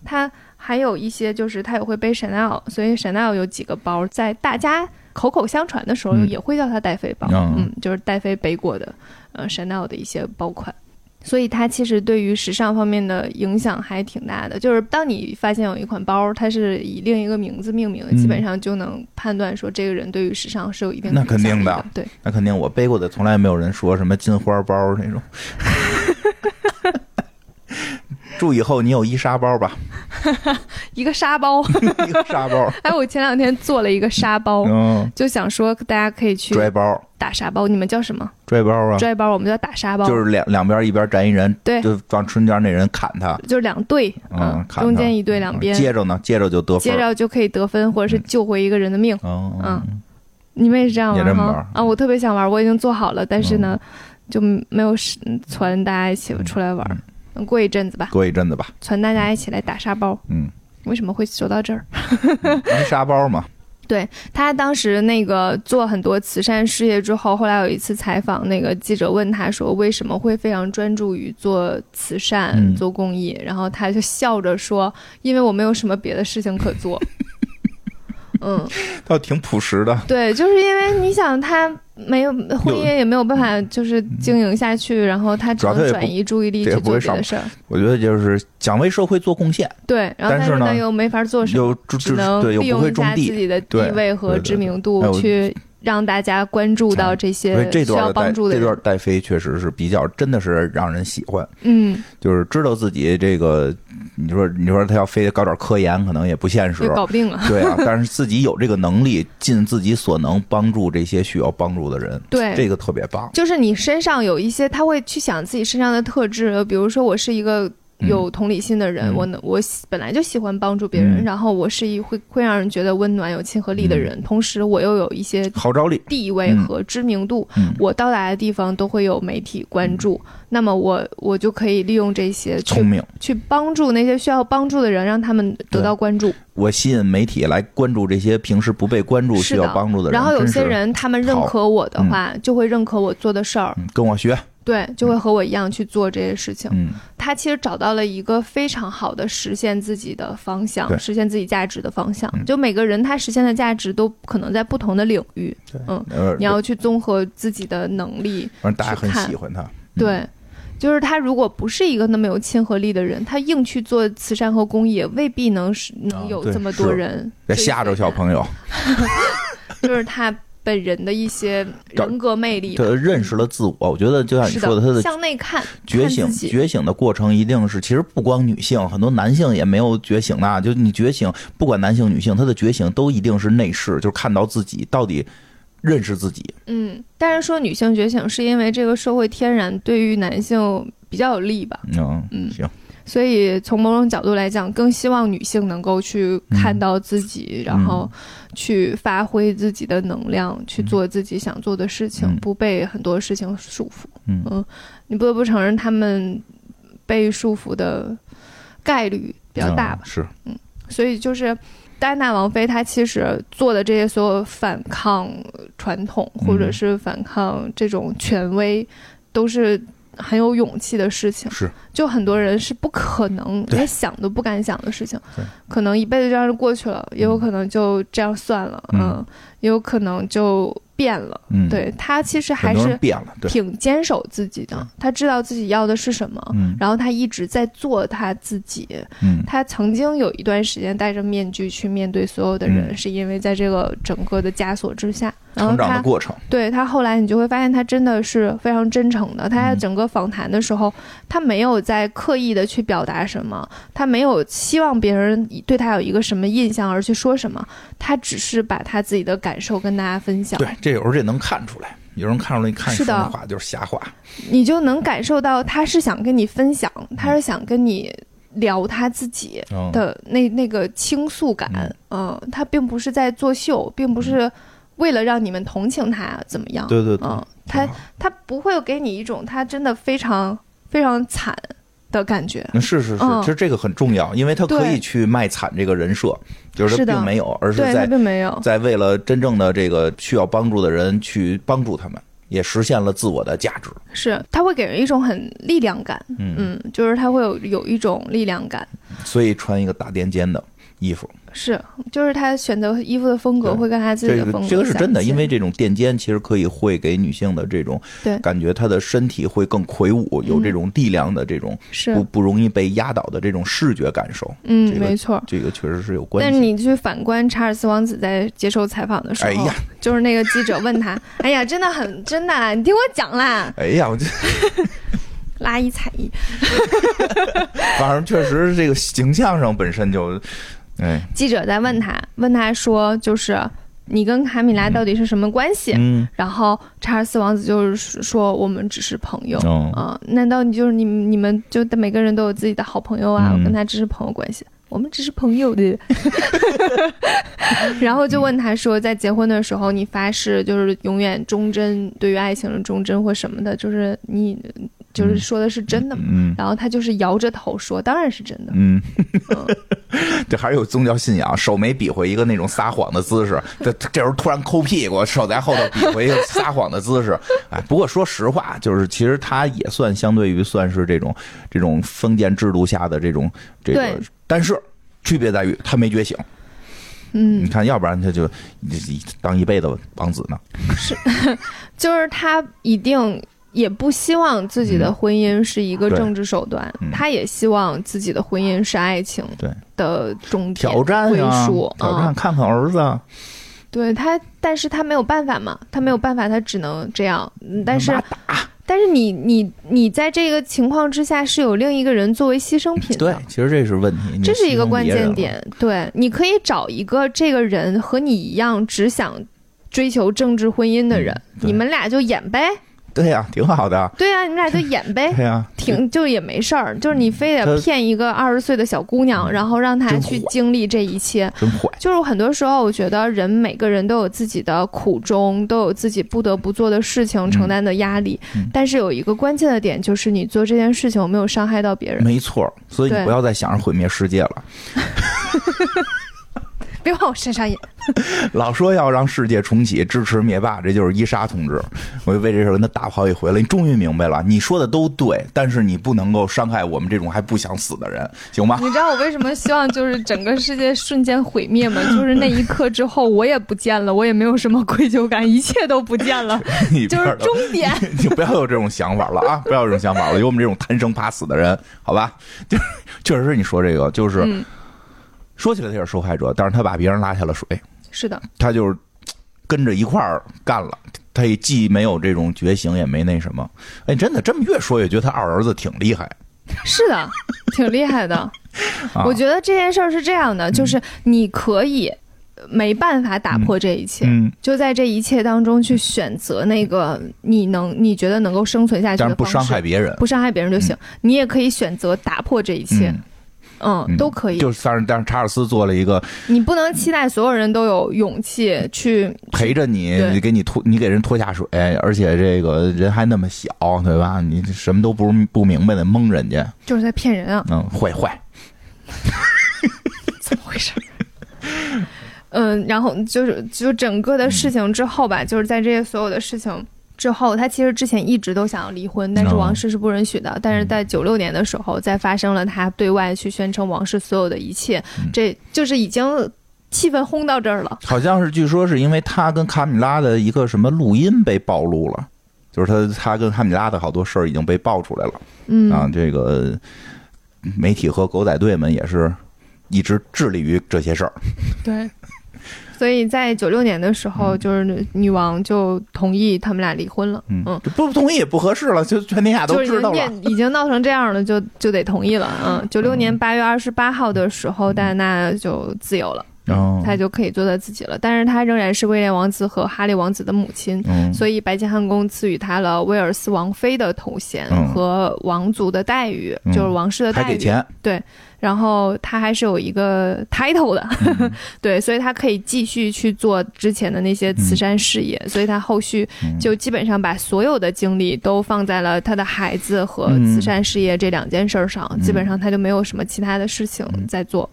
[SPEAKER 1] 它还有一些就是它也会背 Chanel，所以 Chanel 有几个包在大家口口相传的时候
[SPEAKER 2] 嗯
[SPEAKER 1] 也会叫它戴妃包，
[SPEAKER 2] 嗯
[SPEAKER 1] 嗯就是戴妃背过的呃 Chanel 的一些包款。所以它其实对于时尚方面的影响还挺大的，就是当你发现有一款包，它是以另一个名字命名的，
[SPEAKER 2] 嗯
[SPEAKER 1] 基本上就能判断说这个人对于时尚是有一定
[SPEAKER 2] 那肯定的
[SPEAKER 1] 影响力的，对。
[SPEAKER 2] 那肯定我背过的，从来没有人说什么金花包那 种。 祝以后你有一沙包吧，
[SPEAKER 1] 一个沙包，
[SPEAKER 2] 一个沙包，
[SPEAKER 1] 哎，我前两天做了一个沙包，
[SPEAKER 2] 嗯，
[SPEAKER 1] 就想说大家可以去
[SPEAKER 2] 拽包，
[SPEAKER 1] 打沙包，你们叫什么？
[SPEAKER 2] 拽包啊，
[SPEAKER 1] 拽包，我们叫打沙包，
[SPEAKER 2] 就是两两边一边站一人，
[SPEAKER 1] 对
[SPEAKER 2] 就往中间那人砍他，
[SPEAKER 1] 就是两队，
[SPEAKER 2] 嗯
[SPEAKER 1] 啊
[SPEAKER 2] 看
[SPEAKER 1] 中
[SPEAKER 2] 看
[SPEAKER 1] 间一队，两边
[SPEAKER 2] 接着呢，接着就得
[SPEAKER 1] 接
[SPEAKER 2] 分儿，
[SPEAKER 1] 着就可以得分，或者是救回一个人的命。
[SPEAKER 2] 嗯
[SPEAKER 1] 嗯你们也是这样
[SPEAKER 2] 也这
[SPEAKER 1] 玩
[SPEAKER 2] 么玩嗯
[SPEAKER 1] 哈？啊，我特别想玩，我已经做好了，但是呢，就没有时传大家一起出来玩。嗯过一阵子吧，
[SPEAKER 2] 过一阵子吧，
[SPEAKER 1] 传大家一起来打沙包。
[SPEAKER 2] 嗯，
[SPEAKER 1] 为什么会说到这儿？
[SPEAKER 2] 一沙包嘛，
[SPEAKER 1] 他当时那个做很多慈善事业之后，后来有一次采访，那个记者问他说为什么会非常专注于做慈善、
[SPEAKER 2] 嗯
[SPEAKER 1] 做公益，然后他就笑着说，因为我没有什么别的事情可 做。嗯，
[SPEAKER 2] 倒挺朴实的，
[SPEAKER 1] 对，就是因为你想他没有婚姻也没有办法就是经营下去，然后他只
[SPEAKER 2] 主要他
[SPEAKER 1] 能
[SPEAKER 2] 也
[SPEAKER 1] 转移注意力
[SPEAKER 2] 这
[SPEAKER 1] 去
[SPEAKER 2] 也不
[SPEAKER 1] 做
[SPEAKER 2] 会
[SPEAKER 1] 别的
[SPEAKER 2] 上
[SPEAKER 1] 事儿，
[SPEAKER 2] 我觉得就是想为社会做贡献，
[SPEAKER 1] 对，然后
[SPEAKER 2] 但
[SPEAKER 1] 但
[SPEAKER 2] 是呢
[SPEAKER 1] 他又没法做什么，
[SPEAKER 2] 又就
[SPEAKER 1] 只
[SPEAKER 2] 就
[SPEAKER 1] 能
[SPEAKER 2] 对又
[SPEAKER 1] 利
[SPEAKER 2] 不
[SPEAKER 1] 用
[SPEAKER 2] 会
[SPEAKER 1] 一
[SPEAKER 2] 种
[SPEAKER 1] 下自
[SPEAKER 2] 地，
[SPEAKER 1] 己的地
[SPEAKER 2] 对
[SPEAKER 1] 位
[SPEAKER 2] 对
[SPEAKER 1] 和
[SPEAKER 2] 对
[SPEAKER 1] 知
[SPEAKER 2] 对
[SPEAKER 1] 名度
[SPEAKER 2] 哎我嗯
[SPEAKER 1] 去让大家关注到这
[SPEAKER 2] 所以
[SPEAKER 1] 些
[SPEAKER 2] 这
[SPEAKER 1] 需要
[SPEAKER 2] 段
[SPEAKER 1] 帮
[SPEAKER 2] 戴
[SPEAKER 1] 助的
[SPEAKER 2] 这
[SPEAKER 1] 人
[SPEAKER 2] 段。戴妃确实是比较真的是让人喜欢，
[SPEAKER 1] 嗯，
[SPEAKER 2] 就是知道自己这个，你说你说他要非得搞点科研，可能也不现实
[SPEAKER 1] 就，搞不定了。
[SPEAKER 2] 对啊，但是自己有这个能力，尽自己所能帮助这些需要帮助的人，
[SPEAKER 1] 对
[SPEAKER 2] 这个特别棒，
[SPEAKER 1] 呃就是你身上有一些，他会去想自己身上的特质，比如说我是一个有同理心的人，
[SPEAKER 2] 嗯
[SPEAKER 1] 我能我喜本来就喜欢帮助别人，
[SPEAKER 2] 嗯
[SPEAKER 1] 然后我是一会会让人觉得温暖、有亲和力的人，同时我又有一些
[SPEAKER 2] 号召力，
[SPEAKER 1] 地位
[SPEAKER 2] 嗯
[SPEAKER 1] 和知名度，
[SPEAKER 2] 嗯，
[SPEAKER 1] 我到达的地方都会有媒体关注，那么我我就可以利用这些
[SPEAKER 2] 聪
[SPEAKER 1] 去
[SPEAKER 2] 明。
[SPEAKER 1] 去帮助那些需要帮助的人，让他们得到关注。
[SPEAKER 2] 我吸引媒体来关注这些平时不被关注、
[SPEAKER 1] 是
[SPEAKER 2] 需要
[SPEAKER 1] 的
[SPEAKER 2] 帮助的人。
[SPEAKER 1] 然后有
[SPEAKER 2] 真
[SPEAKER 1] 些
[SPEAKER 2] 是
[SPEAKER 1] 人他们认可我的话，就会认可我做的事儿，
[SPEAKER 2] 嗯跟我学，
[SPEAKER 1] 对，就会和我一样去做这些事情。
[SPEAKER 2] 嗯
[SPEAKER 1] 他其实找到了一个非常好的实现自己的方向
[SPEAKER 2] 对，
[SPEAKER 1] 实现自己价值的方向
[SPEAKER 2] 嗯。
[SPEAKER 1] 就每个人他实现的价值都可能在不同的领域，
[SPEAKER 2] 呃，
[SPEAKER 1] 你要去综合自己的能力。
[SPEAKER 2] 反正大家
[SPEAKER 1] 去
[SPEAKER 2] 很
[SPEAKER 1] 看
[SPEAKER 2] 喜欢他，嗯
[SPEAKER 1] 对，就是他如果不是一个那么有亲和力的人，他硬去做慈善和公益，也未必能是
[SPEAKER 2] 啊
[SPEAKER 1] 能有
[SPEAKER 2] 对
[SPEAKER 1] 这么
[SPEAKER 2] 是
[SPEAKER 1] 多人
[SPEAKER 2] 别吓着小朋友。
[SPEAKER 1] 嗯友，就是他本人的一些
[SPEAKER 2] 找
[SPEAKER 1] 人格魅力吧。
[SPEAKER 2] 他认识了自我，我觉得就像你
[SPEAKER 1] 是
[SPEAKER 2] 说的，他的
[SPEAKER 1] 向内看，
[SPEAKER 2] 觉
[SPEAKER 1] 看
[SPEAKER 2] 醒
[SPEAKER 1] 自己
[SPEAKER 2] 觉醒的过程一定是，其实不光女性，很多男性也没有觉醒呐。就你觉醒，不管男性女性，他的觉醒都一定是内视，就是看到自己到底认识自己。
[SPEAKER 1] 嗯，但是说女性觉醒是因为这个社会天然对于男性比较有利吧，
[SPEAKER 2] 嗯，
[SPEAKER 1] 嗯，
[SPEAKER 2] 行，
[SPEAKER 1] 所以从某种角度来讲，更希望女性能够去
[SPEAKER 2] 嗯
[SPEAKER 1] 看到自己，然后去发挥自己的能量，去做自己想做的事情，
[SPEAKER 2] 嗯
[SPEAKER 1] 不被很多事情束缚。
[SPEAKER 2] 嗯
[SPEAKER 1] 你不得不承认，他们被束缚的概率比较大吧
[SPEAKER 2] 嗯。是，
[SPEAKER 1] 所以就是戴安娜王妃，她其实做的这些所有反抗传统，
[SPEAKER 2] 嗯
[SPEAKER 1] 或者是反抗这种权威，都是很有勇气的事情。
[SPEAKER 2] 是，
[SPEAKER 1] 就很多人是不可能
[SPEAKER 2] 对
[SPEAKER 1] 连想都不敢想的事情
[SPEAKER 2] 对，
[SPEAKER 1] 可能一辈子这样就过去了，也有可能就这样算了，
[SPEAKER 2] 嗯
[SPEAKER 1] 嗯，也有可能就变了。
[SPEAKER 2] 嗯，，
[SPEAKER 1] 对她其实
[SPEAKER 2] 很
[SPEAKER 1] 还
[SPEAKER 2] 多
[SPEAKER 1] 是
[SPEAKER 2] 人变了，对，
[SPEAKER 1] 挺坚守自己
[SPEAKER 2] 对
[SPEAKER 1] 的，她知道自己要的是什么。
[SPEAKER 2] 嗯
[SPEAKER 1] 然后她一直在做她自己，
[SPEAKER 2] 嗯
[SPEAKER 1] 他曾经有一段时间戴着面具去面对所有的人，
[SPEAKER 2] 嗯
[SPEAKER 1] 是因为在这个整个的枷锁之下，然后
[SPEAKER 2] 成长的
[SPEAKER 1] 他
[SPEAKER 2] 过程，
[SPEAKER 1] 对他后来你就会发现他真的是非常真诚的。
[SPEAKER 2] 嗯
[SPEAKER 1] 他在整个访谈的时候，他没有在刻意的去表达什么，他没有希望别人以对他有一个什么印象而去说什么，他只是把他自己的感受跟大家分享。
[SPEAKER 2] 对，这有时候这能看出来，有人看出来，你看
[SPEAKER 1] 是
[SPEAKER 2] 说
[SPEAKER 1] 的
[SPEAKER 2] 那话就是瞎话，
[SPEAKER 1] 你就能感受到他是想跟你分享，他是想跟你聊他自己。
[SPEAKER 2] 嗯，
[SPEAKER 1] 的那那个倾诉感，嗯、他并不是在作秀，并不是为了让你们同情他啊怎么样，
[SPEAKER 2] 嗯对对对
[SPEAKER 1] 嗯，，
[SPEAKER 2] 挺
[SPEAKER 1] 他
[SPEAKER 2] 好
[SPEAKER 1] 他不会给你一种他真的非常非常惨的感觉，
[SPEAKER 2] 嗯，是是是，
[SPEAKER 1] 嗯
[SPEAKER 2] 其实这个很重要，因为他可
[SPEAKER 1] 对
[SPEAKER 2] 以去卖惨这个人设，就是他
[SPEAKER 1] 是的
[SPEAKER 2] 并没有，而是
[SPEAKER 1] 对他
[SPEAKER 2] 在
[SPEAKER 1] 并没有，
[SPEAKER 2] 在为了真正的这个需要帮助的人去帮助他们，也实现了自我的价值。
[SPEAKER 1] 是他会给人一种很力量感，
[SPEAKER 2] 嗯
[SPEAKER 1] 嗯，就是他会有有一种力量感，
[SPEAKER 2] 所以穿一个大垫肩的衣服，
[SPEAKER 1] 是，就是他选择衣服的风格
[SPEAKER 2] 对
[SPEAKER 1] 会跟他自己
[SPEAKER 2] 这
[SPEAKER 1] 的风
[SPEAKER 2] 个
[SPEAKER 1] 格
[SPEAKER 2] 这个是真的，
[SPEAKER 1] 相近
[SPEAKER 2] 因为这种垫肩其实可以会给女性的这种
[SPEAKER 1] 对
[SPEAKER 2] 感觉，她的身体会更魁梧，有这
[SPEAKER 1] 嗯
[SPEAKER 2] 种力量的这种不
[SPEAKER 1] 是，
[SPEAKER 2] 不容易被压倒的这种视觉感受，
[SPEAKER 1] 嗯，
[SPEAKER 2] 这个
[SPEAKER 1] 没错。
[SPEAKER 2] 这个确实是有
[SPEAKER 1] 但
[SPEAKER 2] 关
[SPEAKER 1] 是
[SPEAKER 2] 系。
[SPEAKER 1] 你去反观查尔斯王子在接受采访的时候，
[SPEAKER 2] 哎呀，
[SPEAKER 1] 就是那个记者问 他，哎呀，真的很真的啦，你听我讲啦，
[SPEAKER 2] 哎呀，我这
[SPEAKER 1] 拉一踩一。
[SPEAKER 2] 反正确实这个形象上本身就，哎，
[SPEAKER 1] 记者在问他，问他说，就是你跟卡米拉到底是什么关系？
[SPEAKER 2] 嗯，
[SPEAKER 1] 然后查尔斯王子就是说，我们只是朋友。
[SPEAKER 2] 哦，
[SPEAKER 1] 啊、难道你就是你你们就每个人都有自己的好朋友啊？
[SPEAKER 2] 嗯
[SPEAKER 1] 我跟他只是朋友关系，我们只是朋友的。 然后就问他说，在结婚的时候，你发誓就是永远忠贞，对于爱情的忠贞或什么的，就是你就是说的是真的吗？
[SPEAKER 2] 嗯
[SPEAKER 1] 然后他就是摇着头说，当然是真的。
[SPEAKER 2] 嗯，这还是有宗教信仰，手没比划一个那种撒谎的姿势，这这时候突然抠屁股，手在后头比划一个撒谎的姿势。哎，不过说实话，就是其实他也算相对于算是这种这种封建制度下的这种这个
[SPEAKER 1] 对，
[SPEAKER 2] 但是区别在于他没觉醒。
[SPEAKER 1] 嗯
[SPEAKER 2] 你，看，要不然他就你你当一辈子王子呢。
[SPEAKER 1] 就是他一定也不希望自己的婚姻是一个
[SPEAKER 2] 嗯对
[SPEAKER 1] 政治手段，
[SPEAKER 2] 嗯
[SPEAKER 1] 他也希望自己的婚姻是爱情
[SPEAKER 2] 对
[SPEAKER 1] 的终点
[SPEAKER 2] 挑战
[SPEAKER 1] 归
[SPEAKER 2] 啊
[SPEAKER 1] 属，
[SPEAKER 2] 挑战，
[SPEAKER 1] 啊
[SPEAKER 2] 看看儿子啊，
[SPEAKER 1] 对他，但是他没有办法嘛，他没有办法，他只能这样。嗯但是
[SPEAKER 2] 妈，
[SPEAKER 1] 但是你你你在这个情况之下是有另一个人作为牺牲品的，
[SPEAKER 2] 对，其实这是问题，你
[SPEAKER 1] 这是一个
[SPEAKER 2] 牺牲
[SPEAKER 1] 关
[SPEAKER 2] 别人
[SPEAKER 1] 键
[SPEAKER 2] 了。
[SPEAKER 1] 点。对，你可以找一个这个人和你一样只想追求政治婚姻的人，
[SPEAKER 2] 嗯对
[SPEAKER 1] 你们俩就演呗。
[SPEAKER 2] 对呀、挺好的，
[SPEAKER 1] 对啊，你们俩就演呗，
[SPEAKER 2] 对呀、啊嗯
[SPEAKER 1] 挺就也没事儿，就是你非得
[SPEAKER 2] 他嗯
[SPEAKER 1] 骗一个二十岁的小姑娘，然后让她
[SPEAKER 2] 真啊
[SPEAKER 1] 去
[SPEAKER 2] 坏
[SPEAKER 1] 经历这一切。
[SPEAKER 2] 真 坏，
[SPEAKER 1] 就是很多时候，我觉得人每个人都有自己的苦衷，都有自己不得不做的事情，承担的压力。
[SPEAKER 2] 嗯
[SPEAKER 1] 但是有一个关键的点，就是你做这件事情有没有伤害到别人。
[SPEAKER 2] 没错儿。所以你
[SPEAKER 1] 对
[SPEAKER 2] 不要再想着毁灭世界了，
[SPEAKER 1] 别往我身上演。
[SPEAKER 2] 老说要让世界重启，支持灭霸，这就是伊莎同志。我就为这事儿跟他打跑一回了。你终于明白了，你说的都对，但是你不能够伤害我们这种还不想死的人，行吗？
[SPEAKER 1] 你知道我为什么希望就是整个世界瞬间毁灭吗？就是那一刻之后，我也不见了，我也没有什么愧疚感，一切都不见 了，
[SPEAKER 2] 你
[SPEAKER 1] 就
[SPEAKER 2] 边
[SPEAKER 1] 是
[SPEAKER 2] 儿的
[SPEAKER 1] 终点。
[SPEAKER 2] 你就不要有这种想法了 啊！不要有这种想法了，有我们这种贪生怕死的人，好吧？就是确实是你说这个，就是、
[SPEAKER 1] 嗯
[SPEAKER 2] 说起来他也是受害者，但是他把别人拉下了水，
[SPEAKER 1] 是的，
[SPEAKER 2] 他就是嘖跟着一块儿干了。他也既没有这种觉醒，也没那什么。哎，真的，这么越说越觉得他二儿子挺厉害。
[SPEAKER 1] 是的，挺厉害的。
[SPEAKER 2] 啊、嗯
[SPEAKER 1] 我觉得这件事儿是这样的，就是你可以呃没办法打破这一切，
[SPEAKER 2] 嗯，
[SPEAKER 1] 就在这一切当中去选择那个你能你觉得能够生存下去
[SPEAKER 2] 但
[SPEAKER 1] 的
[SPEAKER 2] 是不
[SPEAKER 1] 方式，
[SPEAKER 2] 伤害别人。
[SPEAKER 1] 不伤害别人就行。你也可以选择打破这一切，
[SPEAKER 2] 嗯，
[SPEAKER 1] 嗯，
[SPEAKER 2] 嗯
[SPEAKER 1] 都可以。
[SPEAKER 2] 就是但是但是查尔斯做了一个
[SPEAKER 1] 你不能期待所有人都有勇气去
[SPEAKER 2] 陪着你，
[SPEAKER 1] 对
[SPEAKER 2] 给你拖，你给人拖下水，而且这个人还那么小，对吧？你什么都不是不明白的，蒙人家，
[SPEAKER 1] 就是在骗人啊，
[SPEAKER 2] 嗯，坏坏，
[SPEAKER 1] 怎么回事？ 嗯，然后就是就整个的事情之后吧，就是在这些所有的事情之后，他其实之前一直都想要离婚，但是
[SPEAKER 2] 哦
[SPEAKER 1] 王室是不允许的。但是在九六年的时候，在发生了他对外去宣称王室所有的一切，
[SPEAKER 2] 嗯
[SPEAKER 1] 这就是已经气氛轰到这儿了。
[SPEAKER 2] 好像是据说是因为他跟卡米拉的一个什么录音被暴露了，就是他他跟卡米拉的好多事儿已经被爆出来了、
[SPEAKER 1] 嗯，
[SPEAKER 2] 啊，这个媒体和狗仔队们也是一直致力于这些事儿，
[SPEAKER 1] 对。所以在九六年的时候，
[SPEAKER 2] 嗯
[SPEAKER 1] 就是女王就同意他们俩离婚了。嗯，
[SPEAKER 2] 就不同意也不合适了，就全天下
[SPEAKER 1] 就
[SPEAKER 2] 都
[SPEAKER 1] 是已
[SPEAKER 2] 知道
[SPEAKER 1] 经
[SPEAKER 2] 了。
[SPEAKER 1] 念已经闹成这样了，就就得同意了。嗯，九六年八月二十八号的时候，戴安娜就自由了，嗯
[SPEAKER 2] 哦
[SPEAKER 1] 她就可以做她自己了。但是她仍然是威廉王子和哈利王子的母亲，
[SPEAKER 2] 嗯，
[SPEAKER 1] 所以白金汉宫赐予她了威尔斯王妃的头衔
[SPEAKER 2] 嗯
[SPEAKER 1] 和王族的待遇，
[SPEAKER 2] 嗯
[SPEAKER 1] 就是王室的
[SPEAKER 2] 还
[SPEAKER 1] 待
[SPEAKER 2] 给
[SPEAKER 1] 遇。
[SPEAKER 2] 钱，
[SPEAKER 1] 然后她还是有一个 title 的，
[SPEAKER 2] 嗯
[SPEAKER 1] 对，所以她可以继续去做之前的那些慈善事业。所以她后续
[SPEAKER 2] 嗯
[SPEAKER 1] 就基本上把所有的精力都放在了他的孩子和
[SPEAKER 2] 嗯
[SPEAKER 1] 慈善事业这两件事儿上，基本上他就没有什么其他的事情在做。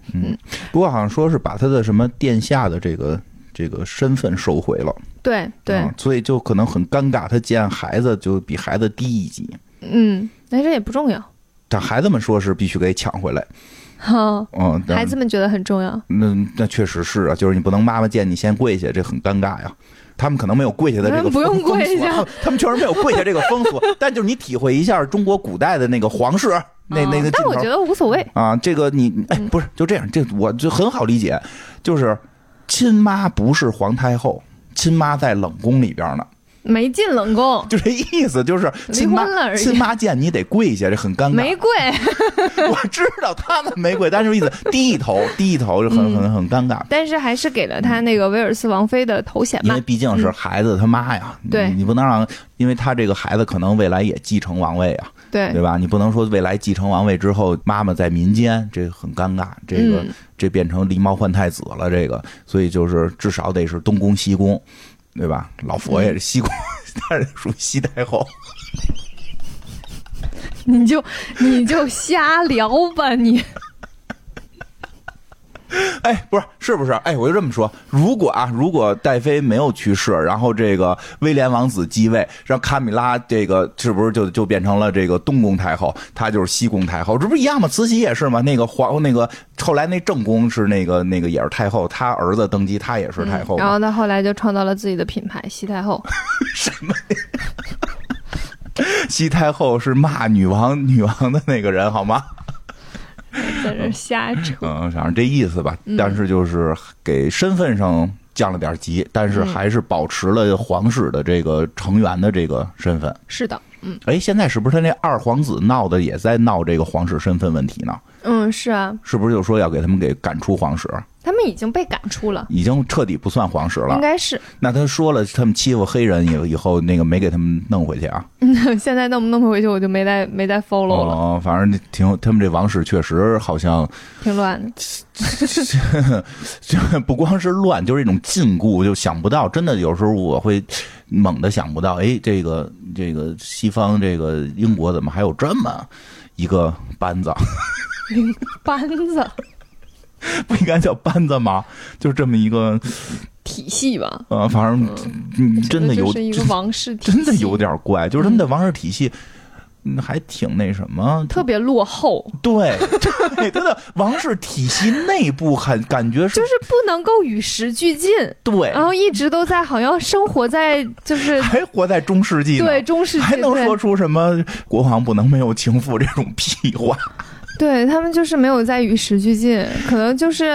[SPEAKER 2] 不过好像说是把他的什么殿下的这个这个身份收回了，
[SPEAKER 1] 对对，
[SPEAKER 2] 啊所以就可能很尴尬，他见孩子就比孩子低一级，
[SPEAKER 1] 嗯，但这也不重要，
[SPEAKER 2] 但孩子们说是必须给抢回来，
[SPEAKER 1] 哈，
[SPEAKER 2] 嗯，但
[SPEAKER 1] 孩子们觉得很重要。
[SPEAKER 2] 那那确实是啊，就是你不能妈妈见你先跪下，这很尴尬呀。他们可能没有跪下的这个
[SPEAKER 1] 嗯不用
[SPEAKER 2] 风风
[SPEAKER 1] 跪
[SPEAKER 2] 俗啊
[SPEAKER 1] 下
[SPEAKER 2] 他们他们确实没有跪下这个风俗，但就是你体会一下中国古代的那个皇室那那个
[SPEAKER 1] 啊但
[SPEAKER 2] 镜
[SPEAKER 1] 我
[SPEAKER 2] 头
[SPEAKER 1] 觉得嗯无所谓。
[SPEAKER 2] 啊，这个你哎不是就这样，这我就很好理解，就是亲妈不是皇太后，亲妈在冷宫里边呢，
[SPEAKER 1] 没进冷宫，
[SPEAKER 2] 就这意思，就是亲
[SPEAKER 1] 离婚了
[SPEAKER 2] 妈
[SPEAKER 1] 而已
[SPEAKER 2] 亲妈见你得跪下，这很尴尬。
[SPEAKER 1] 玫瑰，
[SPEAKER 2] 我知道他们没跪，但是意思低头低头就很
[SPEAKER 1] 嗯
[SPEAKER 2] 很很尴尬，
[SPEAKER 1] 但是还是给了他那个威尔斯王妃的头衔
[SPEAKER 2] 因
[SPEAKER 1] 吧
[SPEAKER 2] 为。毕竟是孩子他妈呀，你
[SPEAKER 1] 嗯对
[SPEAKER 2] 你不能让，因为他这个孩子可能未来也继承王位啊，
[SPEAKER 1] 对
[SPEAKER 2] 对吧？你不能说未来继承王位之后，妈妈在民间，这很尴尬，这个、
[SPEAKER 1] 嗯
[SPEAKER 2] 这变成狸猫换太子了，这个，所以就是至少得是东宫西宫，对吧？老佛
[SPEAKER 1] 嗯
[SPEAKER 2] 爷这西宫， 但是属于西太后，
[SPEAKER 1] 你就你就瞎聊吧，你
[SPEAKER 2] 哎，不是，是不是？哎，我就这么说，如果啊，如果戴妃没有去世，然后这个威廉王子继位，让卡米拉这个是不是就就变成了这个东宫太后，她就是西宫太后，这不是一样吗？慈禧也是吗？那个皇那个后来那正宫是那个那个也是太后，她儿子登基，她也是太后
[SPEAKER 1] 然
[SPEAKER 2] 嘛。
[SPEAKER 1] 后他后来就创造了自己的品牌西太后。
[SPEAKER 2] 西太后是骂女王女王的那个人好吗？
[SPEAKER 1] 在这儿瞎 扯。
[SPEAKER 2] 嗯，反正这意思吧。
[SPEAKER 1] 嗯
[SPEAKER 2] 但是就是给身份上降
[SPEAKER 1] 嗯
[SPEAKER 2] 了点级，但是还是保持了皇室的这个成员的这个身份。
[SPEAKER 1] 是的，嗯
[SPEAKER 2] 哎，现在是不是他那二皇子闹的也在闹这个皇室身份问题呢？
[SPEAKER 1] 嗯，是啊，
[SPEAKER 2] 是不是就说要给他们给赶出皇室，
[SPEAKER 1] 他们已经被赶出了，
[SPEAKER 2] 已经彻底不算皇室
[SPEAKER 1] 应
[SPEAKER 2] 了？
[SPEAKER 1] 该是。
[SPEAKER 2] 那他说了，他们欺负黑人以以后那个没给他们弄回去啊？
[SPEAKER 1] 现在弄不弄回去，我就没再没再 follow 了，
[SPEAKER 2] 哦，反正挺他们这王室确实好像
[SPEAKER 1] 挺乱的。
[SPEAKER 2] 就不光是乱，就是一种禁锢，就想不到，真的有时候我会猛的想不到，哎，这个这个西方这个英国怎么还有这么一个班子？
[SPEAKER 1] 班子
[SPEAKER 2] 不应该叫班子吗？就是这么一个
[SPEAKER 1] 体系吧，
[SPEAKER 2] 呃，反正嗯真的
[SPEAKER 1] 这
[SPEAKER 2] 有
[SPEAKER 1] 就是一个王室体系，
[SPEAKER 2] 真的有点怪，就是他们的王室体系。嗯还挺那什么，
[SPEAKER 1] 特别落后，
[SPEAKER 2] 对对，他的王室体系内部很感觉是
[SPEAKER 1] 就是啊不能够与时俱进，
[SPEAKER 2] 对，
[SPEAKER 1] 然后一直都在好像生活在 就是
[SPEAKER 2] 还活在中世纪呢，
[SPEAKER 1] 对中世纪，
[SPEAKER 2] 还能
[SPEAKER 1] 对
[SPEAKER 2] 说出什么国王不能没有情妇这种屁话？
[SPEAKER 1] 对他们就是没有在与时俱进，可能就是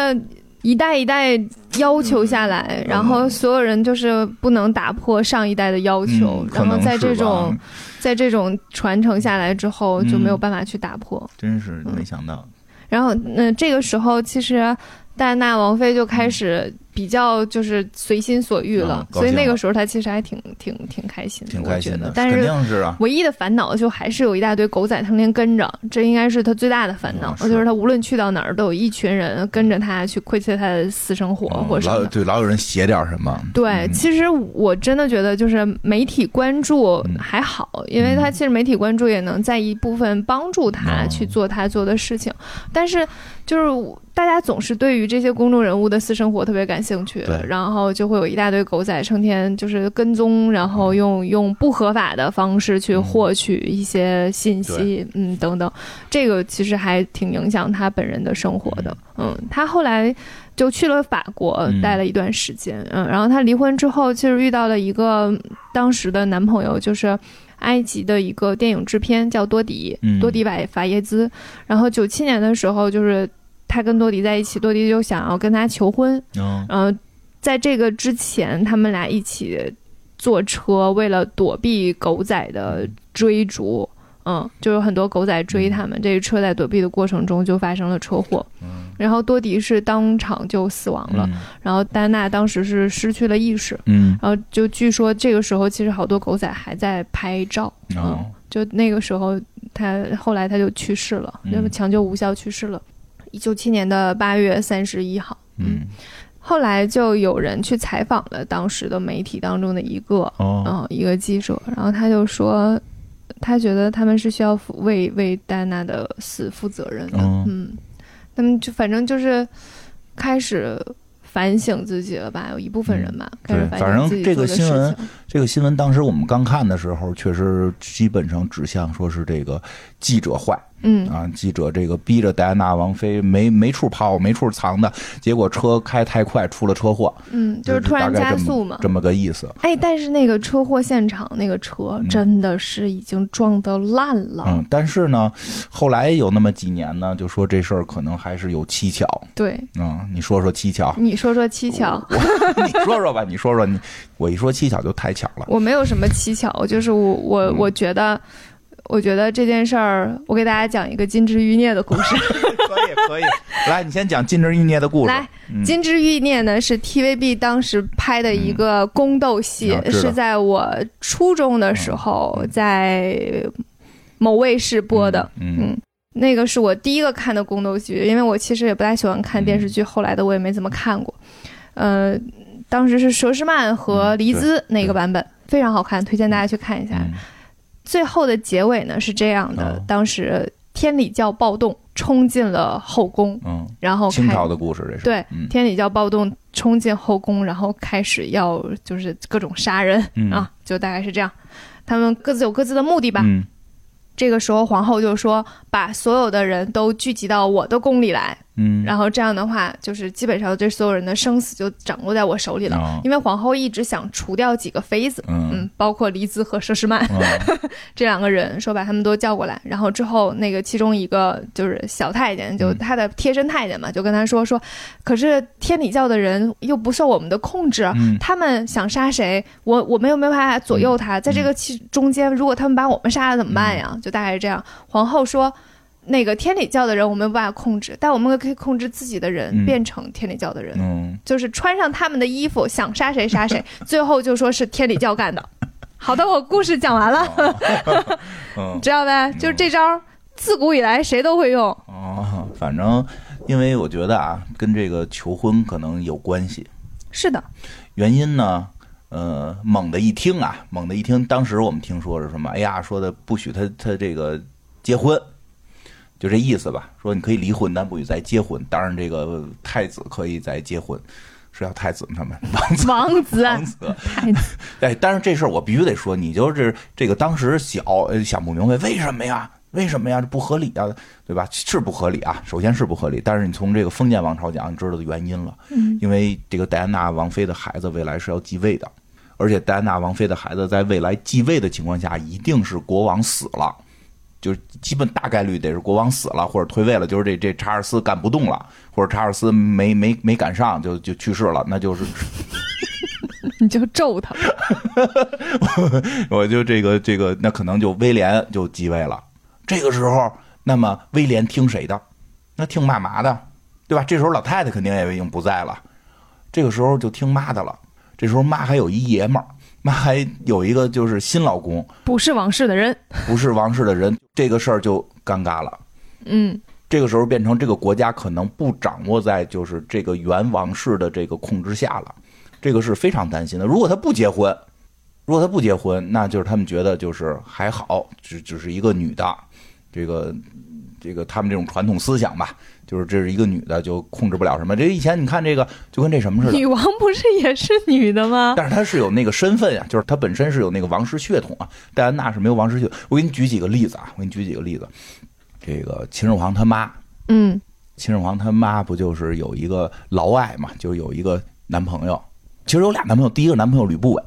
[SPEAKER 1] 一代一代要求下
[SPEAKER 2] 嗯
[SPEAKER 1] 来，然后所有人就是不能打破上一代的要求，
[SPEAKER 2] 嗯可
[SPEAKER 1] 然后
[SPEAKER 2] 能
[SPEAKER 1] 在
[SPEAKER 2] 是
[SPEAKER 1] 这
[SPEAKER 2] 吧
[SPEAKER 1] 种在这种传承下来之
[SPEAKER 2] 嗯
[SPEAKER 1] 后就没有办法去打破。
[SPEAKER 2] 真是
[SPEAKER 1] 嗯
[SPEAKER 2] 没想到，
[SPEAKER 1] 然后，嗯、这个时候其实戴安娜王妃就开始比较就是随心所欲了，
[SPEAKER 2] 嗯高兴
[SPEAKER 1] 所以那
[SPEAKER 2] 了
[SPEAKER 1] 个时候她其实还挺挺挺开心的，
[SPEAKER 2] 挺开心
[SPEAKER 1] 我觉
[SPEAKER 2] 的
[SPEAKER 1] 得，但
[SPEAKER 2] 肯
[SPEAKER 1] 是。
[SPEAKER 2] 定是啊，
[SPEAKER 1] 唯一的烦恼就还是有一大堆狗仔成天跟着，这应该是他最大的烦恼。
[SPEAKER 2] 嗯是
[SPEAKER 1] 就是他无论去到哪儿，都有一群人跟着他去窥窃他的私生活
[SPEAKER 2] 嗯
[SPEAKER 1] 或者什
[SPEAKER 2] 老
[SPEAKER 1] 么
[SPEAKER 2] 有
[SPEAKER 1] 的。
[SPEAKER 2] 对老有人写点什么，
[SPEAKER 1] 对，
[SPEAKER 2] 嗯
[SPEAKER 1] 其实我真的觉得，就是媒体关注
[SPEAKER 2] 嗯
[SPEAKER 1] 还好，因为他其实媒体关注也能在一部分帮助他
[SPEAKER 2] 哦
[SPEAKER 1] 去做他做的事情。但是，就是我大家总是对于这些公众人物的私生活特别感兴趣
[SPEAKER 2] 对，
[SPEAKER 1] 然后就会有一大堆狗仔成天就是跟踪，然
[SPEAKER 2] 嗯
[SPEAKER 1] 后用用不合法的方式去获取一些信息，嗯等等。这个其实还挺影响他本人的生活的。嗯，他后来就去了法国
[SPEAKER 2] 嗯
[SPEAKER 1] 待了一段时间，嗯，然后他离婚之后，其实遇到了一个嗯当时的男朋友，就是埃及的一个电影制片叫多迪，
[SPEAKER 2] 嗯
[SPEAKER 1] 多迪瓦法耶兹。然后九七年的时候，就是他跟多迪在一起，多迪就想要跟他求婚，
[SPEAKER 2] 嗯
[SPEAKER 1] 然后在这个之前，他们俩一起坐车，为了躲避狗仔的追逐，嗯，就有很多狗仔追他们。这个车在躲避的过程中就发生了车祸，然后多迪是当场就死亡嗯了，然后丹娜当时是失去了意识，
[SPEAKER 2] 嗯，
[SPEAKER 1] 然后就据说这个时候其实好多狗仔还在拍照，
[SPEAKER 2] 嗯哦
[SPEAKER 1] 就那个时候，他后来他就去世了，
[SPEAKER 2] 嗯
[SPEAKER 1] 那么抢救无效去世了，九七年的八月三十一号。
[SPEAKER 2] 嗯
[SPEAKER 1] 后来就有人去采访了当时的媒体当中的一个，
[SPEAKER 2] 哦，
[SPEAKER 1] 嗯，一个记者，然后他就说，他觉得他们是需要负为为戴安娜的死负责任的，
[SPEAKER 2] 哦
[SPEAKER 1] 嗯，他们就反正就是开始反省自己了吧，有一部分人吧，开
[SPEAKER 2] 嗯对
[SPEAKER 1] 始
[SPEAKER 2] 反
[SPEAKER 1] 反
[SPEAKER 2] 正
[SPEAKER 1] 省自己
[SPEAKER 2] 这
[SPEAKER 1] 做
[SPEAKER 2] 个
[SPEAKER 1] 的事
[SPEAKER 2] 新闻
[SPEAKER 1] 情，
[SPEAKER 2] 这个新闻当时我们刚看的时候，确实基本上指向说是这个记者坏。
[SPEAKER 1] 嗯，
[SPEAKER 2] 啊，记者这个逼着戴安娜王妃没没处跑，没处藏的，结果车开太快出了车祸，
[SPEAKER 1] 嗯，就是突然
[SPEAKER 2] 啊大概
[SPEAKER 1] 加
[SPEAKER 2] 这么
[SPEAKER 1] 速嘛。
[SPEAKER 2] 这么个意思。
[SPEAKER 1] 哎，但是那个车祸现场那个车
[SPEAKER 2] 嗯
[SPEAKER 1] 真的是已经撞得烂了，
[SPEAKER 2] 嗯，但是呢，后来有那么几年呢，就说这事儿可能还是有蹊跷。
[SPEAKER 1] 对，，
[SPEAKER 2] 嗯，你说说蹊跷
[SPEAKER 1] 你说说蹊跷。
[SPEAKER 2] 你说说吧，你说说你，我一说蹊跷就太巧了。
[SPEAKER 1] 我没有什么蹊跷，就是我
[SPEAKER 2] 嗯
[SPEAKER 1] 我我觉得，我觉得这件事儿，我给大家讲一个金枝欲孽的故事。
[SPEAKER 2] 可以可以，来，你先讲金枝玉孽的故事。
[SPEAKER 1] 来，
[SPEAKER 2] 嗯
[SPEAKER 1] 金枝欲孽呢是 TVB 当时拍的一个宫斗戏，
[SPEAKER 2] 嗯啊知道
[SPEAKER 1] 是在我初中的时候、在某卫视播的。
[SPEAKER 2] 嗯，
[SPEAKER 1] 那个是我第一个看的宫斗剧，因为我其实也不太喜欢看电视剧，后来的我也没怎么看过。呃，当时是佘诗曼和
[SPEAKER 2] 嗯
[SPEAKER 1] 黎
[SPEAKER 2] 对
[SPEAKER 1] 姿那个版本，非常好看，推荐大家去看一下。
[SPEAKER 2] 嗯
[SPEAKER 1] 最后的结尾呢是这样的：
[SPEAKER 2] 哦
[SPEAKER 1] 当时天理教暴动冲进了后宫，
[SPEAKER 2] 嗯，
[SPEAKER 1] 然后
[SPEAKER 2] 清
[SPEAKER 1] 开
[SPEAKER 2] 朝的故事这是。
[SPEAKER 1] 对
[SPEAKER 2] 嗯
[SPEAKER 1] 天理教暴动冲进后宫，然后开始要就是各种杀人、
[SPEAKER 2] 嗯
[SPEAKER 1] 啊，就大概是这样。他们各自有各自的目的吧。
[SPEAKER 2] 嗯
[SPEAKER 1] 这个时候，皇后就说：“把所有的人都聚集到我的宫里来，
[SPEAKER 2] 嗯，
[SPEAKER 1] 然后这样的话，就是基本上对所有人的生死就掌握在我手里了。
[SPEAKER 2] 哦
[SPEAKER 1] 因为皇后一直想除掉几个妃子，
[SPEAKER 2] 嗯
[SPEAKER 1] 嗯，包括黎姿和佘诗曼
[SPEAKER 2] 嗯
[SPEAKER 1] 这两个人，说把他们都叫过来。然后之后，那个其中一个就是小太监，就
[SPEAKER 2] 嗯
[SPEAKER 1] 他的贴身太监嘛，就跟他说说，可是天理教的人又不受我们的控制，啊
[SPEAKER 2] 嗯
[SPEAKER 1] 他们想杀谁，我我们又没有办法左右
[SPEAKER 2] 嗯
[SPEAKER 1] 他，在这个其中间，如果他们把我们杀了怎么办呀？就大概是这样。皇后说，那个天理教的人我们没有办法控制，但我们可以控制自己的人
[SPEAKER 2] 嗯
[SPEAKER 1] 变成天理教的人，
[SPEAKER 2] 嗯，
[SPEAKER 1] 就是穿上他们的衣服，想杀谁杀 谁，最后就说是天理教干的。好的，我故事讲完了，
[SPEAKER 2] 嗯
[SPEAKER 1] 知道呗？就是这招儿，自古以来谁都会用。
[SPEAKER 2] 哦，反正因为我觉得啊，跟这个求婚可能有关系。
[SPEAKER 1] 是的，
[SPEAKER 2] 原因呢，呃，猛的一听啊，猛的一听，当时我们听说是什么？哎呀，说的不许他他这个结婚，就这意思吧。说你可以离婚，但不许再结婚。当然，这个太子可以再结婚，是叫太子吗他们王子。
[SPEAKER 1] 王子，啊
[SPEAKER 2] 王子，
[SPEAKER 1] 太 子
[SPEAKER 2] 哎，但是这事儿我必须得说，你就是这个当时小呃想不明白为什么呀？为什么呀？这不合理啊，对吧？是不合理啊，首先是不合理。但是你从这个封建王朝讲，你知道的原因了，
[SPEAKER 1] 嗯
[SPEAKER 2] 因为这个戴安娜王妃的孩子未来是要继位的，而且戴安娜王妃的孩子在未来继位的情况下，一定是国王死了。就是基本大概率得是国王死了或者退位了，就是这这查尔斯干不动了，或者查尔斯没没没赶上就就去世了，那就是
[SPEAKER 1] 你就咒他，
[SPEAKER 2] 我就这个这个，那可能就威廉就继位了。这个时候，那么威廉听谁的？那听妈妈的，对吧？这时候老太太肯定也已经不在了，这个时候就听妈的了。这时候妈还有一爷们儿，妈还有一个就是新老公，
[SPEAKER 1] 不是王室的人。
[SPEAKER 2] 不是王室的人，这个事儿就尴尬了。
[SPEAKER 1] 嗯，
[SPEAKER 2] 这个时候变成这个国家可能不掌握在就是这个原王室的这个控制下了，这个是非常担心的。如果他不结婚，如果他不结婚，那就是他们觉得就是还好，只只是一个女的，这个这个他们这种传统思想吧，就是这是一个女的就控制不了什么。这以前你看这个就跟这什么似 的，
[SPEAKER 1] 女王不是也是女的吗？
[SPEAKER 2] 但是她是有那个身份呀、就是她本身是有那个王室血统啊。戴安娜是没有王室血统。我给你举几个例子啊，我给你举几个例子。这个秦始皇他妈，
[SPEAKER 1] 嗯，
[SPEAKER 2] 秦始皇他妈不就是有一个老外嘛，就是有一个男朋友，其实有俩男朋友，第一个男朋友吕不韦，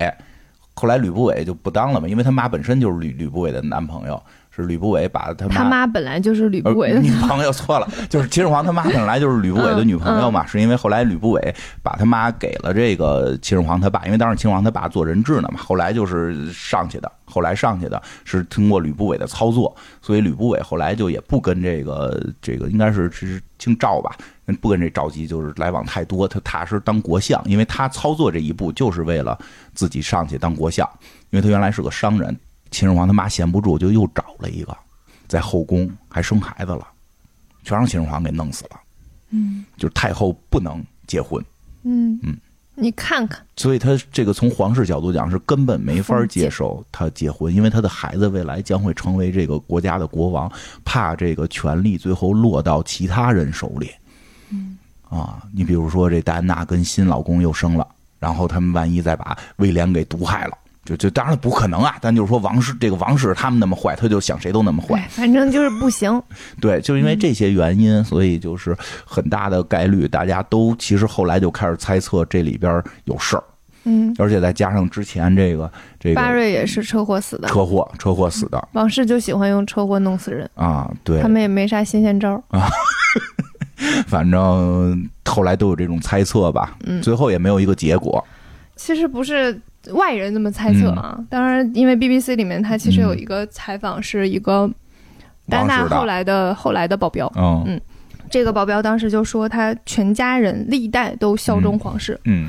[SPEAKER 2] 后来吕不韦就不当了嘛，因为他妈本身就是吕吕不韦的男朋友，是吕不韦把他妈
[SPEAKER 1] 他妈嗯本来就是吕不
[SPEAKER 2] 呃
[SPEAKER 1] 韦的
[SPEAKER 2] 女朋友错了，就是秦始皇他妈本来就是吕不韦的女朋友嘛，是因为后来吕不韦把他妈给了这个秦始皇他爸，因为当时秦始皇他爸做人质呢嘛，后来就是上去的，后来上去的是通过吕不韦的操作，所以吕不韦后来就也不跟这个这个应该是是姓赵吧，不跟这赵姬就是来往太多，他踏实当国相，因为他操作这一步就是为了自己上去当国相，因为他原来是个商人，秦始皇他妈闲不住就又找了一个。在后宫还生孩子了，全让秦始皇给弄死了。
[SPEAKER 1] 嗯
[SPEAKER 2] 就是太后不能结婚，
[SPEAKER 1] 嗯
[SPEAKER 2] 嗯，
[SPEAKER 1] 你看看，
[SPEAKER 2] 所以他这个从皇室角度讲是根本没法接受他结婚，因为他的孩子未来将会成为这个国家的国王，怕这个权力最后落到其他人手里。嗯，啊，你比如说这戴安娜跟新老公又生了，然后他们万一再把威廉给毒害了。就就当然不可能啊，但就是说王室这个王室他们那么坏，他就想谁都那么坏，
[SPEAKER 1] 哎，反正就是不行。
[SPEAKER 2] 对，就是因为
[SPEAKER 1] 嗯
[SPEAKER 2] 这些原因，所以就是很大的概率，大家都其实后来就开始猜测这里边儿有事儿，
[SPEAKER 1] 嗯，
[SPEAKER 2] 而且再加上之前这个这
[SPEAKER 1] 巴
[SPEAKER 2] 个
[SPEAKER 1] 瑞也是车祸死的，
[SPEAKER 2] 车祸车祸死的
[SPEAKER 1] 王室就喜欢用车祸弄死人，
[SPEAKER 2] 啊，对
[SPEAKER 1] 他，们也没啥新鲜招儿。
[SPEAKER 2] 反正后来都有这种猜测吧，
[SPEAKER 1] 嗯
[SPEAKER 2] 最后也没有一个结果。
[SPEAKER 1] 其实不是外人这么猜测啊，
[SPEAKER 2] 嗯
[SPEAKER 1] 当然，因为 BBC 里面它其实有一个采访，是一个戴安
[SPEAKER 2] 王
[SPEAKER 1] 娜
[SPEAKER 2] 嗯室的
[SPEAKER 1] 后来的后来的保镖，
[SPEAKER 2] 嗯
[SPEAKER 1] 嗯这个保镖当时就说他全家人历代都效忠皇室，
[SPEAKER 2] 嗯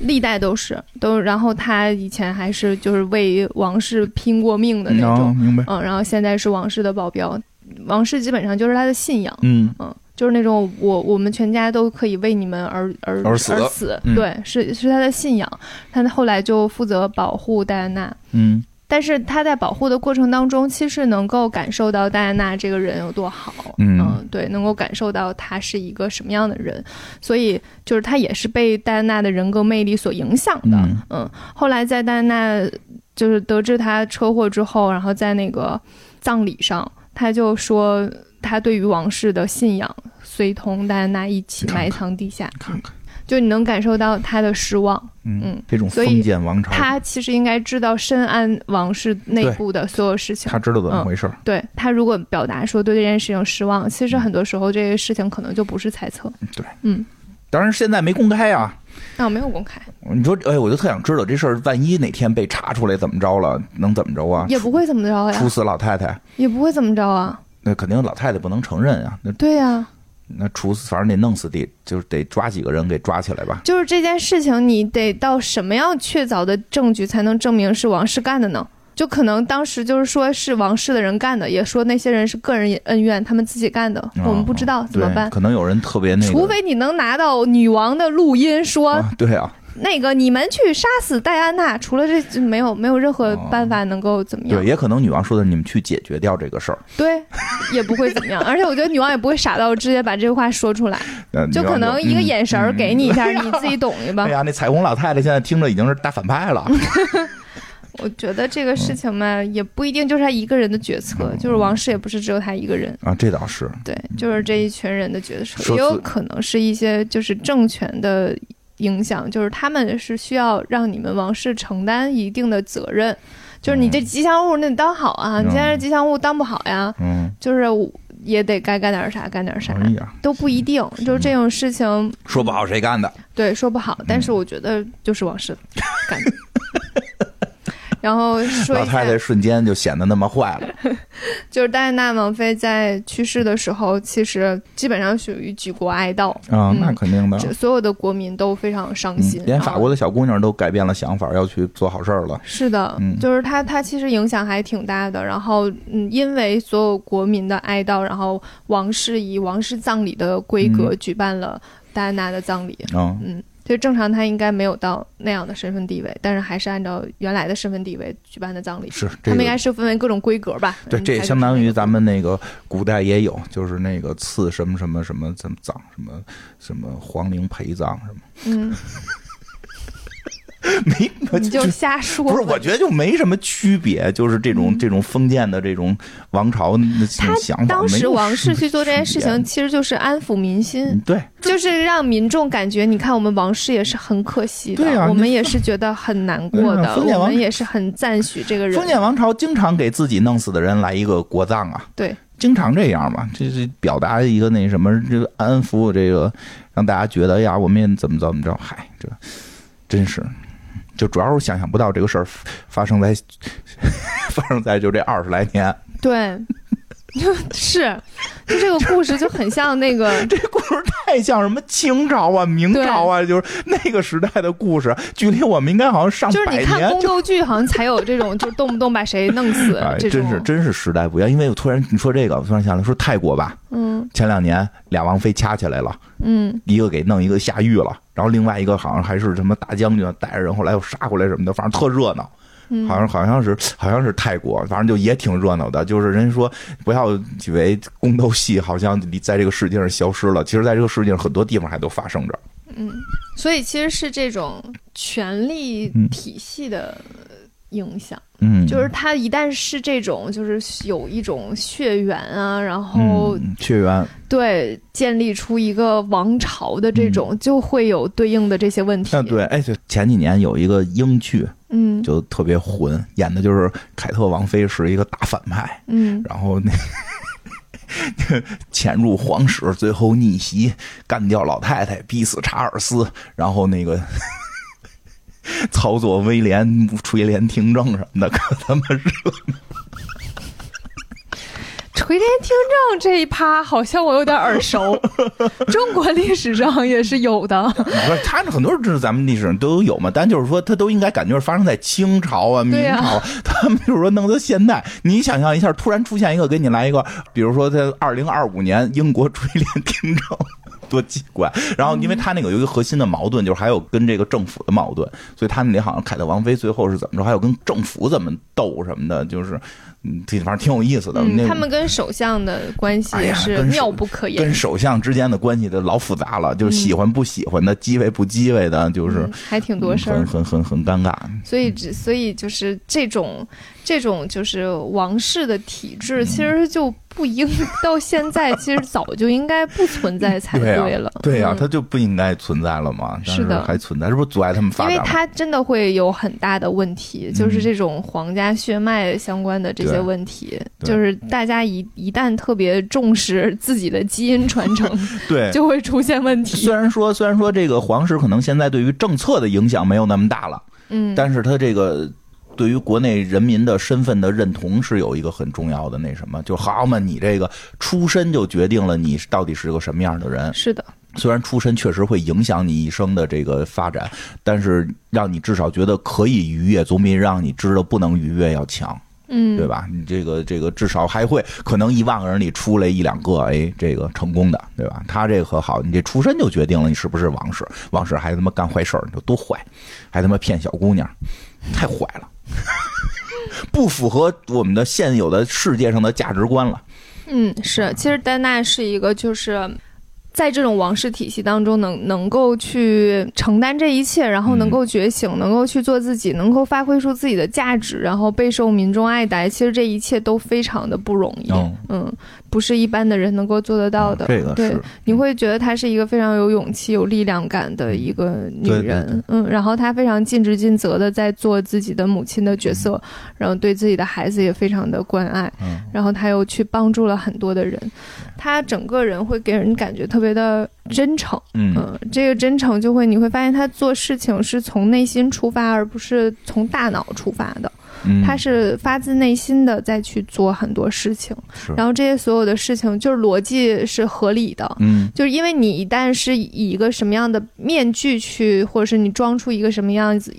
[SPEAKER 1] 历代都是都，然后他以前还是就是为王室拼过命的那
[SPEAKER 2] 哦
[SPEAKER 1] 种，
[SPEAKER 2] 明白，
[SPEAKER 1] 嗯，然后现在是王室的保镖，王室基本上就是他的信仰，
[SPEAKER 2] 嗯
[SPEAKER 1] 嗯，就是那种我我们全家都可以为你们而而
[SPEAKER 2] 而死嗯
[SPEAKER 1] 对，是是他的信仰，他后来就负责保护戴安娜。
[SPEAKER 2] 嗯
[SPEAKER 1] 但是他在保护的过程当中，其实能够感受到戴安娜这个人有多好，
[SPEAKER 2] 嗯
[SPEAKER 1] 对，能够感受到她是一个什么样的人，所以就是他也是被戴安娜的人格魅力所影响的，
[SPEAKER 2] 嗯
[SPEAKER 1] 嗯后来在戴安娜就是得知她车祸之后，然后在那个葬礼上，他就说他对于王室的信仰随同戴安娜一起埋藏地下，
[SPEAKER 2] 看看，
[SPEAKER 1] 就你能感受到他的失望。
[SPEAKER 2] 嗯
[SPEAKER 1] 嗯，
[SPEAKER 2] 这种
[SPEAKER 1] 所
[SPEAKER 2] 封
[SPEAKER 1] 以
[SPEAKER 2] 建王朝，
[SPEAKER 1] 他其实应该知道深谙王室内
[SPEAKER 2] 对
[SPEAKER 1] 部的所有事情
[SPEAKER 2] 他。知道怎么
[SPEAKER 1] 嗯
[SPEAKER 2] 回事儿。
[SPEAKER 1] 对他如果表达说对这件事情失望，其实
[SPEAKER 2] 嗯
[SPEAKER 1] 很多时候这个事情可能就不是猜测。
[SPEAKER 2] 对，
[SPEAKER 1] 嗯，
[SPEAKER 2] 当然现在没公开啊。
[SPEAKER 1] 那我没有公开，
[SPEAKER 2] 你说，哎，我就特想知道这事儿，万一哪天被查出来怎么着了，能怎么着啊？
[SPEAKER 1] 也不会怎么着呀
[SPEAKER 2] 处，死老太太，
[SPEAKER 1] 也不会怎么着啊。
[SPEAKER 2] 那肯定老太太不能承认啊。那
[SPEAKER 1] 对呀、
[SPEAKER 2] 那处死，反正得弄死得，就是得抓几个人给抓起来吧。
[SPEAKER 1] 就是这件事情，你得到什么样确凿的证据才能证明是王氏干的呢？就可能当时就是说是王氏的人干的，也说那些人是个人恩怨，他们自己干的，我们不知道
[SPEAKER 2] 哦
[SPEAKER 1] 怎么
[SPEAKER 2] 对
[SPEAKER 1] 办。
[SPEAKER 2] 可能有人特别那个，
[SPEAKER 1] 除非你能拿到女王的录音说，
[SPEAKER 2] 啊，对啊，
[SPEAKER 1] 那个你们去杀死戴安娜，除了这就没有没有任何办法能够怎么样
[SPEAKER 2] 对，，也可能女王说的你们去解决掉这个事儿，
[SPEAKER 1] 对，也不会怎么 样。而且我觉得女王也不会傻到直接把这句话说出来，
[SPEAKER 2] 呃
[SPEAKER 1] 就
[SPEAKER 2] 女
[SPEAKER 1] 可
[SPEAKER 2] 王嗯
[SPEAKER 1] 能一个眼神儿给你一下，你自己懂去吧
[SPEAKER 2] 哎。呀，那彩虹老太太现在听着已经是大反 派了，
[SPEAKER 1] 我觉得这个
[SPEAKER 2] 嗯
[SPEAKER 1] 事情嘛，也不一定就是他一个人的决策，就是王室也不是只有他一个人，
[SPEAKER 2] 啊，这倒是，
[SPEAKER 1] 对，就是这一群人的决
[SPEAKER 2] 说
[SPEAKER 1] 策，
[SPEAKER 2] 辞
[SPEAKER 1] 也有可能是一些就是政权的影响，就是他们是需要让你们王室承担一定的责任，就是你这吉祥物那你当好啊，
[SPEAKER 2] 嗯
[SPEAKER 1] 你现在这吉祥物当不好呀，
[SPEAKER 2] 嗯，
[SPEAKER 1] 就是我也得该干点啥干点啥，
[SPEAKER 2] 哎呀，
[SPEAKER 1] 都不一定，就是
[SPEAKER 2] 嗯
[SPEAKER 1] 这种事情，
[SPEAKER 2] 说不好谁干的，
[SPEAKER 1] 对，说不好，但
[SPEAKER 2] 嗯
[SPEAKER 1] 是我觉得就是王室干的。 然后说
[SPEAKER 2] 老
[SPEAKER 1] 一下
[SPEAKER 2] 太，太瞬间就显得那么坏了，
[SPEAKER 1] 就是戴安娜王妃在去世的时候，其实基本上属于举国哀悼，
[SPEAKER 2] 啊，
[SPEAKER 1] 嗯
[SPEAKER 2] 那肯定的，
[SPEAKER 1] 这所有的国民都非常伤心。
[SPEAKER 2] 嗯连法国
[SPEAKER 1] 啊
[SPEAKER 2] 的小姑娘都改变了想法，要去做好事儿了，
[SPEAKER 1] 是的，
[SPEAKER 2] 嗯
[SPEAKER 1] 就是他，他其实影响还挺大的。然后，嗯，因为所有国民的哀悼，然后王室以王室葬礼的规格举办了戴安娜的葬礼。
[SPEAKER 2] 嗯，
[SPEAKER 1] 嗯，其实正常他应该没有到那样的身份地位，但是还是按照原来的身份地位举办的葬礼。
[SPEAKER 2] 是
[SPEAKER 1] 他
[SPEAKER 2] 这
[SPEAKER 1] 们应该
[SPEAKER 2] 个。
[SPEAKER 1] 是分为各种规格吧？
[SPEAKER 2] 对，
[SPEAKER 1] 嗯
[SPEAKER 2] 这也
[SPEAKER 1] 还是
[SPEAKER 2] 相当于
[SPEAKER 1] 分为
[SPEAKER 2] 咱们那个古代也有，就是那个赐什么什么什么怎么葬什么什么皇陵陪葬什么，
[SPEAKER 1] 嗯，
[SPEAKER 2] 没我
[SPEAKER 1] 你就瞎说。
[SPEAKER 2] 不是，我觉得就没什么区别，就是这
[SPEAKER 1] 嗯
[SPEAKER 2] 种、这种封建的这种王朝那种想法。
[SPEAKER 1] 当
[SPEAKER 2] 没
[SPEAKER 1] 时
[SPEAKER 2] 有
[SPEAKER 1] 王
[SPEAKER 2] 什
[SPEAKER 1] 室
[SPEAKER 2] 么
[SPEAKER 1] 去做这件事
[SPEAKER 2] 区别
[SPEAKER 1] 情，，其实就是安抚民心
[SPEAKER 2] 嗯，对，
[SPEAKER 1] 就是让民众感觉，你看我们王室也是很可惜的
[SPEAKER 2] 对，啊
[SPEAKER 1] 我
[SPEAKER 2] 你
[SPEAKER 1] 们也是觉得很难过
[SPEAKER 2] 对啊
[SPEAKER 1] 的，
[SPEAKER 2] 封建
[SPEAKER 1] 我
[SPEAKER 2] 王
[SPEAKER 1] 们也是很赞许这个人
[SPEAKER 2] 封。建王朝经常给自己弄死的人来一个国葬啊，
[SPEAKER 1] 对，
[SPEAKER 2] 经常这样嘛，这是表达一个那什么，这个安抚这个，让大家觉得哎呀，我们也怎么怎么着，嗨，这真是。就主要是想象不到这个事儿发生在 发生在就这二十来年，
[SPEAKER 1] 对，就是，就这个故事就很像那个
[SPEAKER 2] 这故事太像什么清朝啊、明朝啊，就是那个时代的故事，距离我们应该好像上
[SPEAKER 1] 就是
[SPEAKER 2] 百
[SPEAKER 1] 你看
[SPEAKER 2] 年
[SPEAKER 1] 宫。斗剧，好像才有这种，就动不动把谁弄死
[SPEAKER 2] 哎，
[SPEAKER 1] 这种。
[SPEAKER 2] 真是真是时代不一样，因为我突然你说这个，我突然想到说泰国吧，
[SPEAKER 1] 嗯
[SPEAKER 2] 前两年俩王妃掐起来了，
[SPEAKER 1] 嗯，
[SPEAKER 2] 一个给弄一个下狱了，然后另外一个好像还是什么大将军带着人，后来又杀回来什么的，反正特热闹。
[SPEAKER 1] 嗯
[SPEAKER 2] 好像好像是好像是泰国，反正就也挺热闹的。就是人说不要以为宫斗戏好像离在这个世界上消失了，其实在这个世界上很多地方还都发生着。
[SPEAKER 1] 所以其实是这种权力体系的影响。
[SPEAKER 2] 嗯，
[SPEAKER 1] 就是他一旦是这种，就是有一种血缘啊，然后
[SPEAKER 2] 嗯、血缘，
[SPEAKER 1] 对建立出一个王朝的这种，就会有对应的这些问题。
[SPEAKER 2] 啊，嗯对，哎，就前几年有一个英剧
[SPEAKER 1] 嗯
[SPEAKER 2] 就特别混，演的就是凯特王妃是一个大反派，
[SPEAKER 1] 嗯，
[SPEAKER 2] 然后那潜入皇室，最后逆袭，干掉老太太，逼死查尔斯，然后那个 操作威廉、垂帘听政什么的，可他妈热
[SPEAKER 1] 垂帘听政这一趴好像我有点耳 熟，中国历史上也是有的。
[SPEAKER 2] 不是，他很多这是咱们历史上都有嘛，但就是说，他都应该感觉是发生在清朝啊、明
[SPEAKER 1] 对啊
[SPEAKER 2] 朝啊， 他们就是说弄到现代。你想象一下，突然出现一个给你来一个，比如说在二零二五年英国垂帘听政。多奇怪！然后，因为他那个有一个核心的矛盾，就是还有跟这个政府的矛盾，所以他那里好像凯特王妃最后是怎么着，还有跟政府怎么斗什么的，就是，嗯，挺反正挺有意思的。那
[SPEAKER 1] 嗯，
[SPEAKER 2] 个
[SPEAKER 1] 他们跟首相的关系
[SPEAKER 2] 哎
[SPEAKER 1] 也
[SPEAKER 2] 呀
[SPEAKER 1] 是
[SPEAKER 2] 跟首
[SPEAKER 1] 妙不可言
[SPEAKER 2] 跟。首相之间的关系的老复杂了，就是喜欢不喜欢的，鸡位不鸡位的，就是
[SPEAKER 1] 嗯还挺多事儿
[SPEAKER 2] 很，很很很尴尬。
[SPEAKER 1] 所以只所以就是这种这种就是王室的体制，其实就不应 到现在，其实早就应该不存在才
[SPEAKER 2] 嗯对呀
[SPEAKER 1] 了。
[SPEAKER 2] 对呀，
[SPEAKER 1] 嗯
[SPEAKER 2] 它就不应该存在了嘛，但
[SPEAKER 1] 是的
[SPEAKER 2] 还存在，这不是阻碍他们发
[SPEAKER 1] 因
[SPEAKER 2] 展
[SPEAKER 1] 为
[SPEAKER 2] 吗？
[SPEAKER 1] 它真的会有很大的问题，就是这种皇家血脉相关的这些问题，
[SPEAKER 2] 对对
[SPEAKER 1] 就是大家一一旦特别重视自己的基因传承，
[SPEAKER 2] 对，
[SPEAKER 1] 就会出现问题
[SPEAKER 2] 虽。然说虽然说这个皇室可能现在对于政策的影响没有那么大了，
[SPEAKER 1] 嗯，
[SPEAKER 2] 但是它这个对于国内人民的身份的认同是有一个很重要的那什么，就好嘛，你这个出身就决定了你到底是个什么样的人。
[SPEAKER 1] 是的，
[SPEAKER 2] 虽然出身确实会影响你一生的这个发展，但是让你至少觉得可以逾越，总比让你知道不能逾越要强，
[SPEAKER 1] 嗯，
[SPEAKER 2] 对吧？你这个这个至少还会可能一万个人里出来一两个，哎，这个成功的，对吧？他这个可好，你这出身就决定了你是不是王室，王室还他妈干坏事儿，你就多坏，还他妈骗小姑娘，太坏了， 不符合我们的现有的世界上的价值观了。
[SPEAKER 1] 嗯，是，其实戴娜是一个就是。在这种王室体系当中能，能够去承担这一切，然后能够觉醒，能够去做自己，能够发挥出自己的价值，然后备受民众爱戴。其实这一切都非常的不容易，
[SPEAKER 2] 嗯
[SPEAKER 1] 嗯，不是一般的人能够做得到的。
[SPEAKER 2] 这个
[SPEAKER 1] 嗯对
[SPEAKER 2] 是，
[SPEAKER 1] 你会觉得她是一个非常有勇气、有力量感的一个女
[SPEAKER 2] 嗯对对
[SPEAKER 1] 人，嗯，然后她非常尽职尽责的在做自己的母亲的角色，然后对自己的孩子也非常的关爱，
[SPEAKER 2] 嗯
[SPEAKER 1] 然后她又去帮助了很多的人，她整个人会给人感觉特别的真诚，
[SPEAKER 2] 嗯，
[SPEAKER 1] 嗯，这个真诚就会你会发现她做事情是从内心出发，而不是从大脑出发的，
[SPEAKER 2] 嗯
[SPEAKER 1] 她是发自内心的再去做很多事情，
[SPEAKER 2] 是
[SPEAKER 1] 然后这些所有的事情就是逻辑是合理的，
[SPEAKER 2] 嗯
[SPEAKER 1] 就是因为你一旦是以一个什么样的面具去，或者是你装出一个什么样子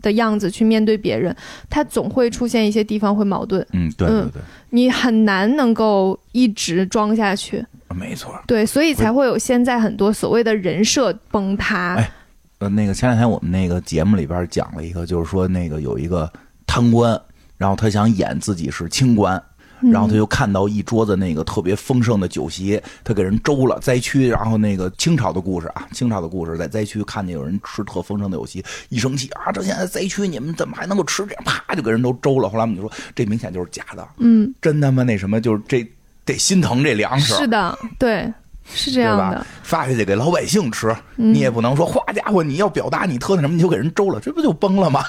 [SPEAKER 1] 的样子去面对别人，他总会出现一些地方会矛盾，
[SPEAKER 2] 嗯，对对
[SPEAKER 1] 嗯
[SPEAKER 2] 对，
[SPEAKER 1] 你很难能够一直装下去。
[SPEAKER 2] 没错。
[SPEAKER 1] 对，所以才会有现在很多所谓的人设崩塌。
[SPEAKER 2] 哎呃，那个前两天我们那个节目里边讲了一个，就是说那个有一个贪官，然后他想演自己是清官，然
[SPEAKER 1] 嗯
[SPEAKER 2] 后他就看到一桌子那个特别丰盛的酒席，他给人周了灾区，然后那个清朝的故事啊，清朝的故事在灾区看见有人吃特丰盛的酒席，一生气啊，这现在灾区你们怎么还能够吃这样，啪就给人都周了。后来我们就说这明显就是假的，
[SPEAKER 1] 嗯，
[SPEAKER 2] 真他妈那什么，就是这得心疼这粮
[SPEAKER 1] 嗯，
[SPEAKER 2] 食，
[SPEAKER 1] 是的，对，是这
[SPEAKER 2] 对
[SPEAKER 1] 样
[SPEAKER 2] 吧
[SPEAKER 1] 的。？
[SPEAKER 2] 发下去给老百姓吃，
[SPEAKER 1] 嗯
[SPEAKER 2] 你也不能说，哗家伙，你要表达你特那什么，你就给人周了，这不就崩 了吗？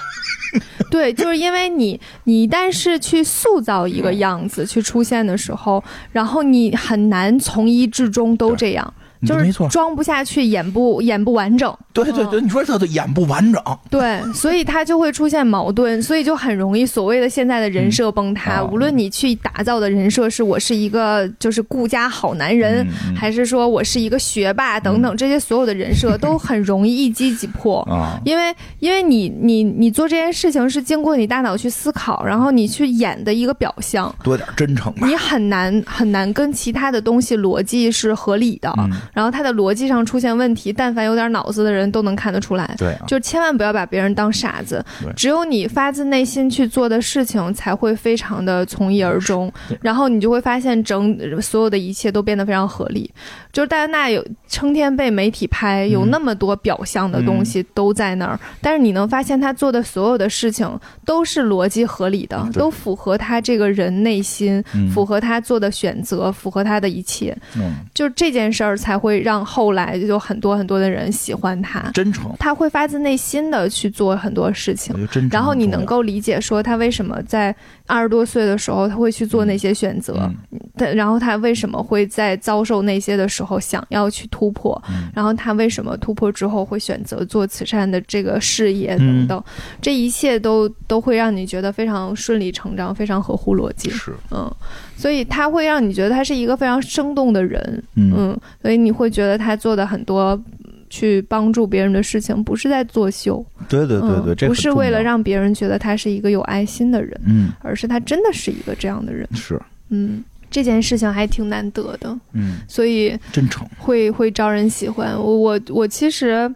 [SPEAKER 1] 对，就是因为你，你一旦是去塑造一个
[SPEAKER 2] 嗯
[SPEAKER 1] 样子去出现的时候，然后你很难从一至终都这样，就
[SPEAKER 2] 嗯没
[SPEAKER 1] 是
[SPEAKER 2] 错，
[SPEAKER 1] 装不下去，演不演不完整，
[SPEAKER 2] 对对对，你说这都演不完整，
[SPEAKER 1] 对，所以它就会出现矛盾，所以就很容易所谓的现在的人设崩塌。
[SPEAKER 2] 哦
[SPEAKER 1] 无论你去打造的人设是我是一个就是顾家好男人，
[SPEAKER 2] 嗯
[SPEAKER 1] 还是说我是一个学霸等等，这些所有的人设都很容易一击即破。
[SPEAKER 2] 啊，
[SPEAKER 1] 因为因为你你你做这件事情是经过你大脑去思考，然后你去演的一个表象，
[SPEAKER 2] 多点真诚 啊吧。
[SPEAKER 1] 你很难很难跟其他的东西逻辑是合理的。
[SPEAKER 2] 嗯，
[SPEAKER 1] 然后它的逻辑上出现问题，但凡有点脑子的人都能看得出来。
[SPEAKER 2] 对啊，
[SPEAKER 1] 就千万不要把别人当傻子
[SPEAKER 2] 对，
[SPEAKER 1] 只有你发自内心去做的事情，才会非常的从一而终
[SPEAKER 2] 对，
[SPEAKER 1] 然后你就会发现整呃所有的一切都变得非常合理。就是戴安娜有成天被媒体拍，
[SPEAKER 2] 嗯
[SPEAKER 1] 有那么多表象的东西都在那儿，但是你能发现她做的所有的事情都是逻辑合理的
[SPEAKER 2] 嗯，对
[SPEAKER 1] 都符合她这个人内心，
[SPEAKER 2] 嗯
[SPEAKER 1] 符合她做的选择，符合她的一切。
[SPEAKER 2] 嗯，
[SPEAKER 1] 就是这件事儿才会让后来就很多很多的人喜欢她。
[SPEAKER 2] 真诚，
[SPEAKER 1] 他会发自内心的去做很多事
[SPEAKER 2] 我
[SPEAKER 1] 情
[SPEAKER 2] 觉，得真诚很重要。
[SPEAKER 1] 然后你能够理解说他为什么在二十多岁的时候他会去做那些选择，
[SPEAKER 2] 嗯
[SPEAKER 1] 但然后他为什么会在遭受那些的时候想要去突破，
[SPEAKER 2] 嗯
[SPEAKER 1] 然后他为什么突破之后会选择做慈善的这个事业等等，这一切都都会让你觉得非常顺理成章，非常合乎逻辑，
[SPEAKER 2] 是，
[SPEAKER 1] 嗯，所以他会让你觉得他是一个非常生动的人，
[SPEAKER 2] 嗯，
[SPEAKER 1] 嗯，所以你会觉得他做的很多嗯去帮助别人的事情，不是在作秀，
[SPEAKER 2] 对对对对，
[SPEAKER 1] 嗯
[SPEAKER 2] 这
[SPEAKER 1] 不
[SPEAKER 2] 很
[SPEAKER 1] 是
[SPEAKER 2] 重
[SPEAKER 1] 为了
[SPEAKER 2] 要，
[SPEAKER 1] 让别人觉得他是一个有爱心的人，
[SPEAKER 2] 嗯，
[SPEAKER 1] 而是他真的是一个这样的人。
[SPEAKER 2] 是，
[SPEAKER 1] 嗯，这件事情还挺难得的，
[SPEAKER 2] 嗯，
[SPEAKER 1] 所以
[SPEAKER 2] 真诚，
[SPEAKER 1] 会会招人喜欢。我我我其实。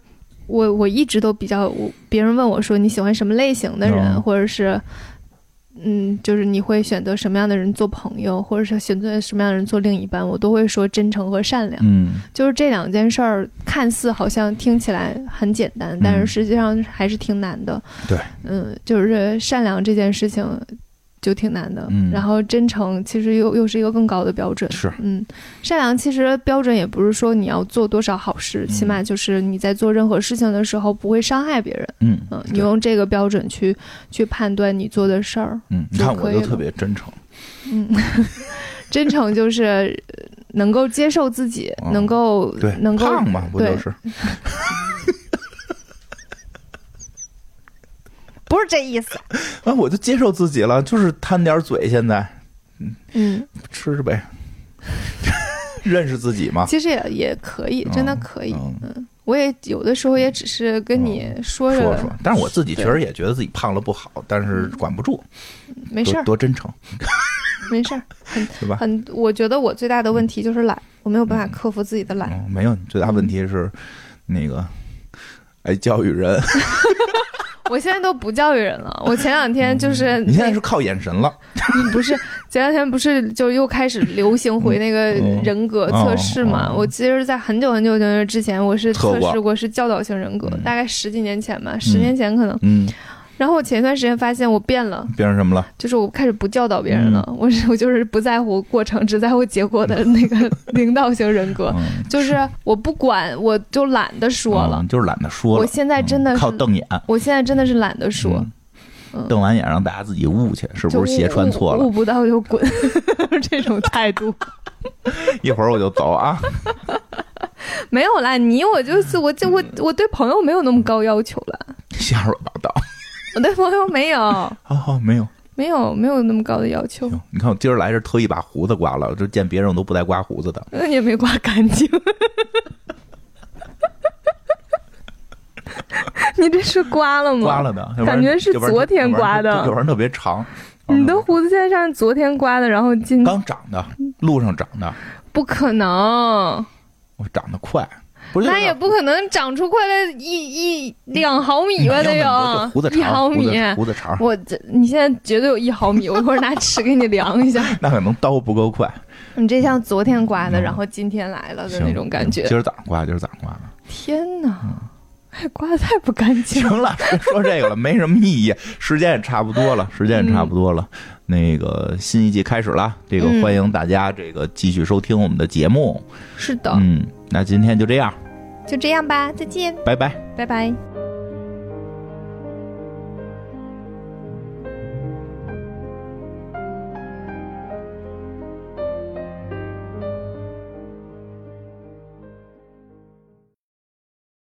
[SPEAKER 1] 我我一直都比较，我别人问我说你喜欢什么类型的人，
[SPEAKER 2] 嗯
[SPEAKER 1] 或者是，嗯，就是你会选择什么样的人做朋友，或者是选择什么样的人做另一半，我都会说真诚和善良。
[SPEAKER 2] 嗯，
[SPEAKER 1] 就是这两件事儿，看似好像听起来很简单，但是实际上还是挺难的。
[SPEAKER 2] 嗯对，
[SPEAKER 1] 嗯，就是善良这件事情，就挺难的。
[SPEAKER 2] 嗯
[SPEAKER 1] 然后真诚其实又又是一个更高的标准。
[SPEAKER 2] 是，
[SPEAKER 1] 嗯，善良其实标准也不是说你要做多少好事，
[SPEAKER 2] 嗯
[SPEAKER 1] 起码就是你在做任何事情的时候不会伤害别人。
[SPEAKER 2] 嗯
[SPEAKER 1] 嗯，你
[SPEAKER 2] 对
[SPEAKER 1] 用这个标准去去判断你做的事儿，
[SPEAKER 2] 嗯，你
[SPEAKER 1] 就
[SPEAKER 2] 看
[SPEAKER 1] 可
[SPEAKER 2] 我
[SPEAKER 1] 以
[SPEAKER 2] 就
[SPEAKER 1] 了
[SPEAKER 2] 特别真诚，
[SPEAKER 1] 真诚就是呃能够接受自己，
[SPEAKER 2] 哦
[SPEAKER 1] 能够
[SPEAKER 2] 对，
[SPEAKER 1] 呃能够
[SPEAKER 2] 胖嘛，不就
[SPEAKER 1] 对
[SPEAKER 2] 是？
[SPEAKER 1] 不是这意思，
[SPEAKER 2] 啊，我就接受自己了，就是贪点嘴，现在
[SPEAKER 1] 嗯，
[SPEAKER 2] 吃呗， 认识自己嘛。
[SPEAKER 1] 其实也也可以，真的
[SPEAKER 2] 啊嗯
[SPEAKER 1] 可以。
[SPEAKER 2] 嗯
[SPEAKER 1] 我也有的时候也只是跟你说着，
[SPEAKER 2] 说说，但是我自己确
[SPEAKER 1] 对嗯
[SPEAKER 2] 实也觉得自己胖了不好，但是管不住，
[SPEAKER 1] 没事
[SPEAKER 2] 多
[SPEAKER 1] 儿，
[SPEAKER 2] 多真诚，
[SPEAKER 1] 没事儿，
[SPEAKER 2] 对吧？
[SPEAKER 1] 很。我觉得我最大的问题就是懒，我没有办法克服自己的懒。
[SPEAKER 2] 嗯，没有，你最大问题
[SPEAKER 1] 嗯
[SPEAKER 2] 是那个哎教 育人，
[SPEAKER 1] 我现在都不教育人了，我前两天就是
[SPEAKER 2] 嗯你现在是靠眼神了，
[SPEAKER 1] 不是前两天不是就又开始流行回那 个
[SPEAKER 2] 嗯
[SPEAKER 1] 人格测试嘛？
[SPEAKER 2] 哦哦哦
[SPEAKER 1] 我其实，在很久很久很久之前，我是
[SPEAKER 2] 测
[SPEAKER 1] 测
[SPEAKER 2] 过
[SPEAKER 1] 试过是教导型人格，
[SPEAKER 2] 嗯
[SPEAKER 1] 大概十几年前吧，十年前可能。
[SPEAKER 2] 嗯，
[SPEAKER 1] 然后我前一段时间发现我变了，
[SPEAKER 2] 变成什么了？
[SPEAKER 1] 就是我开始不教导别人
[SPEAKER 2] 嗯
[SPEAKER 1] 了，我是我就是不在乎过程，只在乎结果的那 个领导型人格，
[SPEAKER 2] 嗯，
[SPEAKER 1] 就是我不管，我就懒得说了
[SPEAKER 2] 嗯。就是懒得说
[SPEAKER 1] 我
[SPEAKER 2] 了，
[SPEAKER 1] 现在真的
[SPEAKER 2] 嗯
[SPEAKER 1] 是，
[SPEAKER 2] 靠瞪眼
[SPEAKER 1] 我现在真的是懒得说。
[SPEAKER 2] 嗯
[SPEAKER 1] 嗯
[SPEAKER 2] 瞪完眼让大家自己悟去，是
[SPEAKER 1] 就
[SPEAKER 2] 不是鞋穿错
[SPEAKER 1] 悟
[SPEAKER 2] 了？
[SPEAKER 1] 悟不到就滚， 这种态度
[SPEAKER 2] 一会儿我就走啊，
[SPEAKER 1] 没有啦。你我就是我就
[SPEAKER 2] 嗯
[SPEAKER 1] 我我对朋友没有那么高要求了，
[SPEAKER 2] 瞎说八 道。
[SPEAKER 1] 我对朋友没有
[SPEAKER 2] 好好，哦没有，
[SPEAKER 1] 没有没有那么高的要求，
[SPEAKER 2] 行你看我今儿来这特意把胡子刮了，就见别人我都不带刮胡子的。
[SPEAKER 1] 那也没刮干净。 你这是刮了吗？
[SPEAKER 2] 刮了的，要
[SPEAKER 1] 嗯
[SPEAKER 2] 不然
[SPEAKER 1] 感觉是
[SPEAKER 2] 要不然
[SPEAKER 1] 昨天刮的嗯
[SPEAKER 2] 要不然要不然特别长。嗯
[SPEAKER 1] 你的胡子现在像昨天刮的，然后今
[SPEAKER 2] 刚长的，路上长的，
[SPEAKER 1] 不可能，
[SPEAKER 2] 我长得快，不是就
[SPEAKER 1] 那
[SPEAKER 2] 是
[SPEAKER 1] 也不可能长出快了一一两毫米吧？得
[SPEAKER 2] 没有那么多就胡
[SPEAKER 1] 有
[SPEAKER 2] 子长，
[SPEAKER 1] 一毫
[SPEAKER 2] 胡
[SPEAKER 1] 米
[SPEAKER 2] 子。胡子长，
[SPEAKER 1] 我这你现在绝对有一毫米， 我一会儿拿尺给你量一下。
[SPEAKER 2] 那可能刀不够快。
[SPEAKER 1] 你这像昨天刮的，
[SPEAKER 2] 嗯
[SPEAKER 1] 然后今天来了的
[SPEAKER 2] 行
[SPEAKER 1] 那种感觉。
[SPEAKER 2] 今儿早上刮，今儿早上刮的。
[SPEAKER 1] 天
[SPEAKER 2] 嗯
[SPEAKER 1] 哪，哎，刮的太不干净了。
[SPEAKER 2] 行了，别说这个了，没什么意义，时间也差不多了，时间也差不多了。那个新一季开始了，这个
[SPEAKER 1] 嗯
[SPEAKER 2] 欢迎大家这个继续收听我们的节目。嗯
[SPEAKER 1] 是的，
[SPEAKER 2] 嗯，那今天就这样，
[SPEAKER 1] 就这样吧，再见，
[SPEAKER 2] 拜拜。
[SPEAKER 1] 拜拜。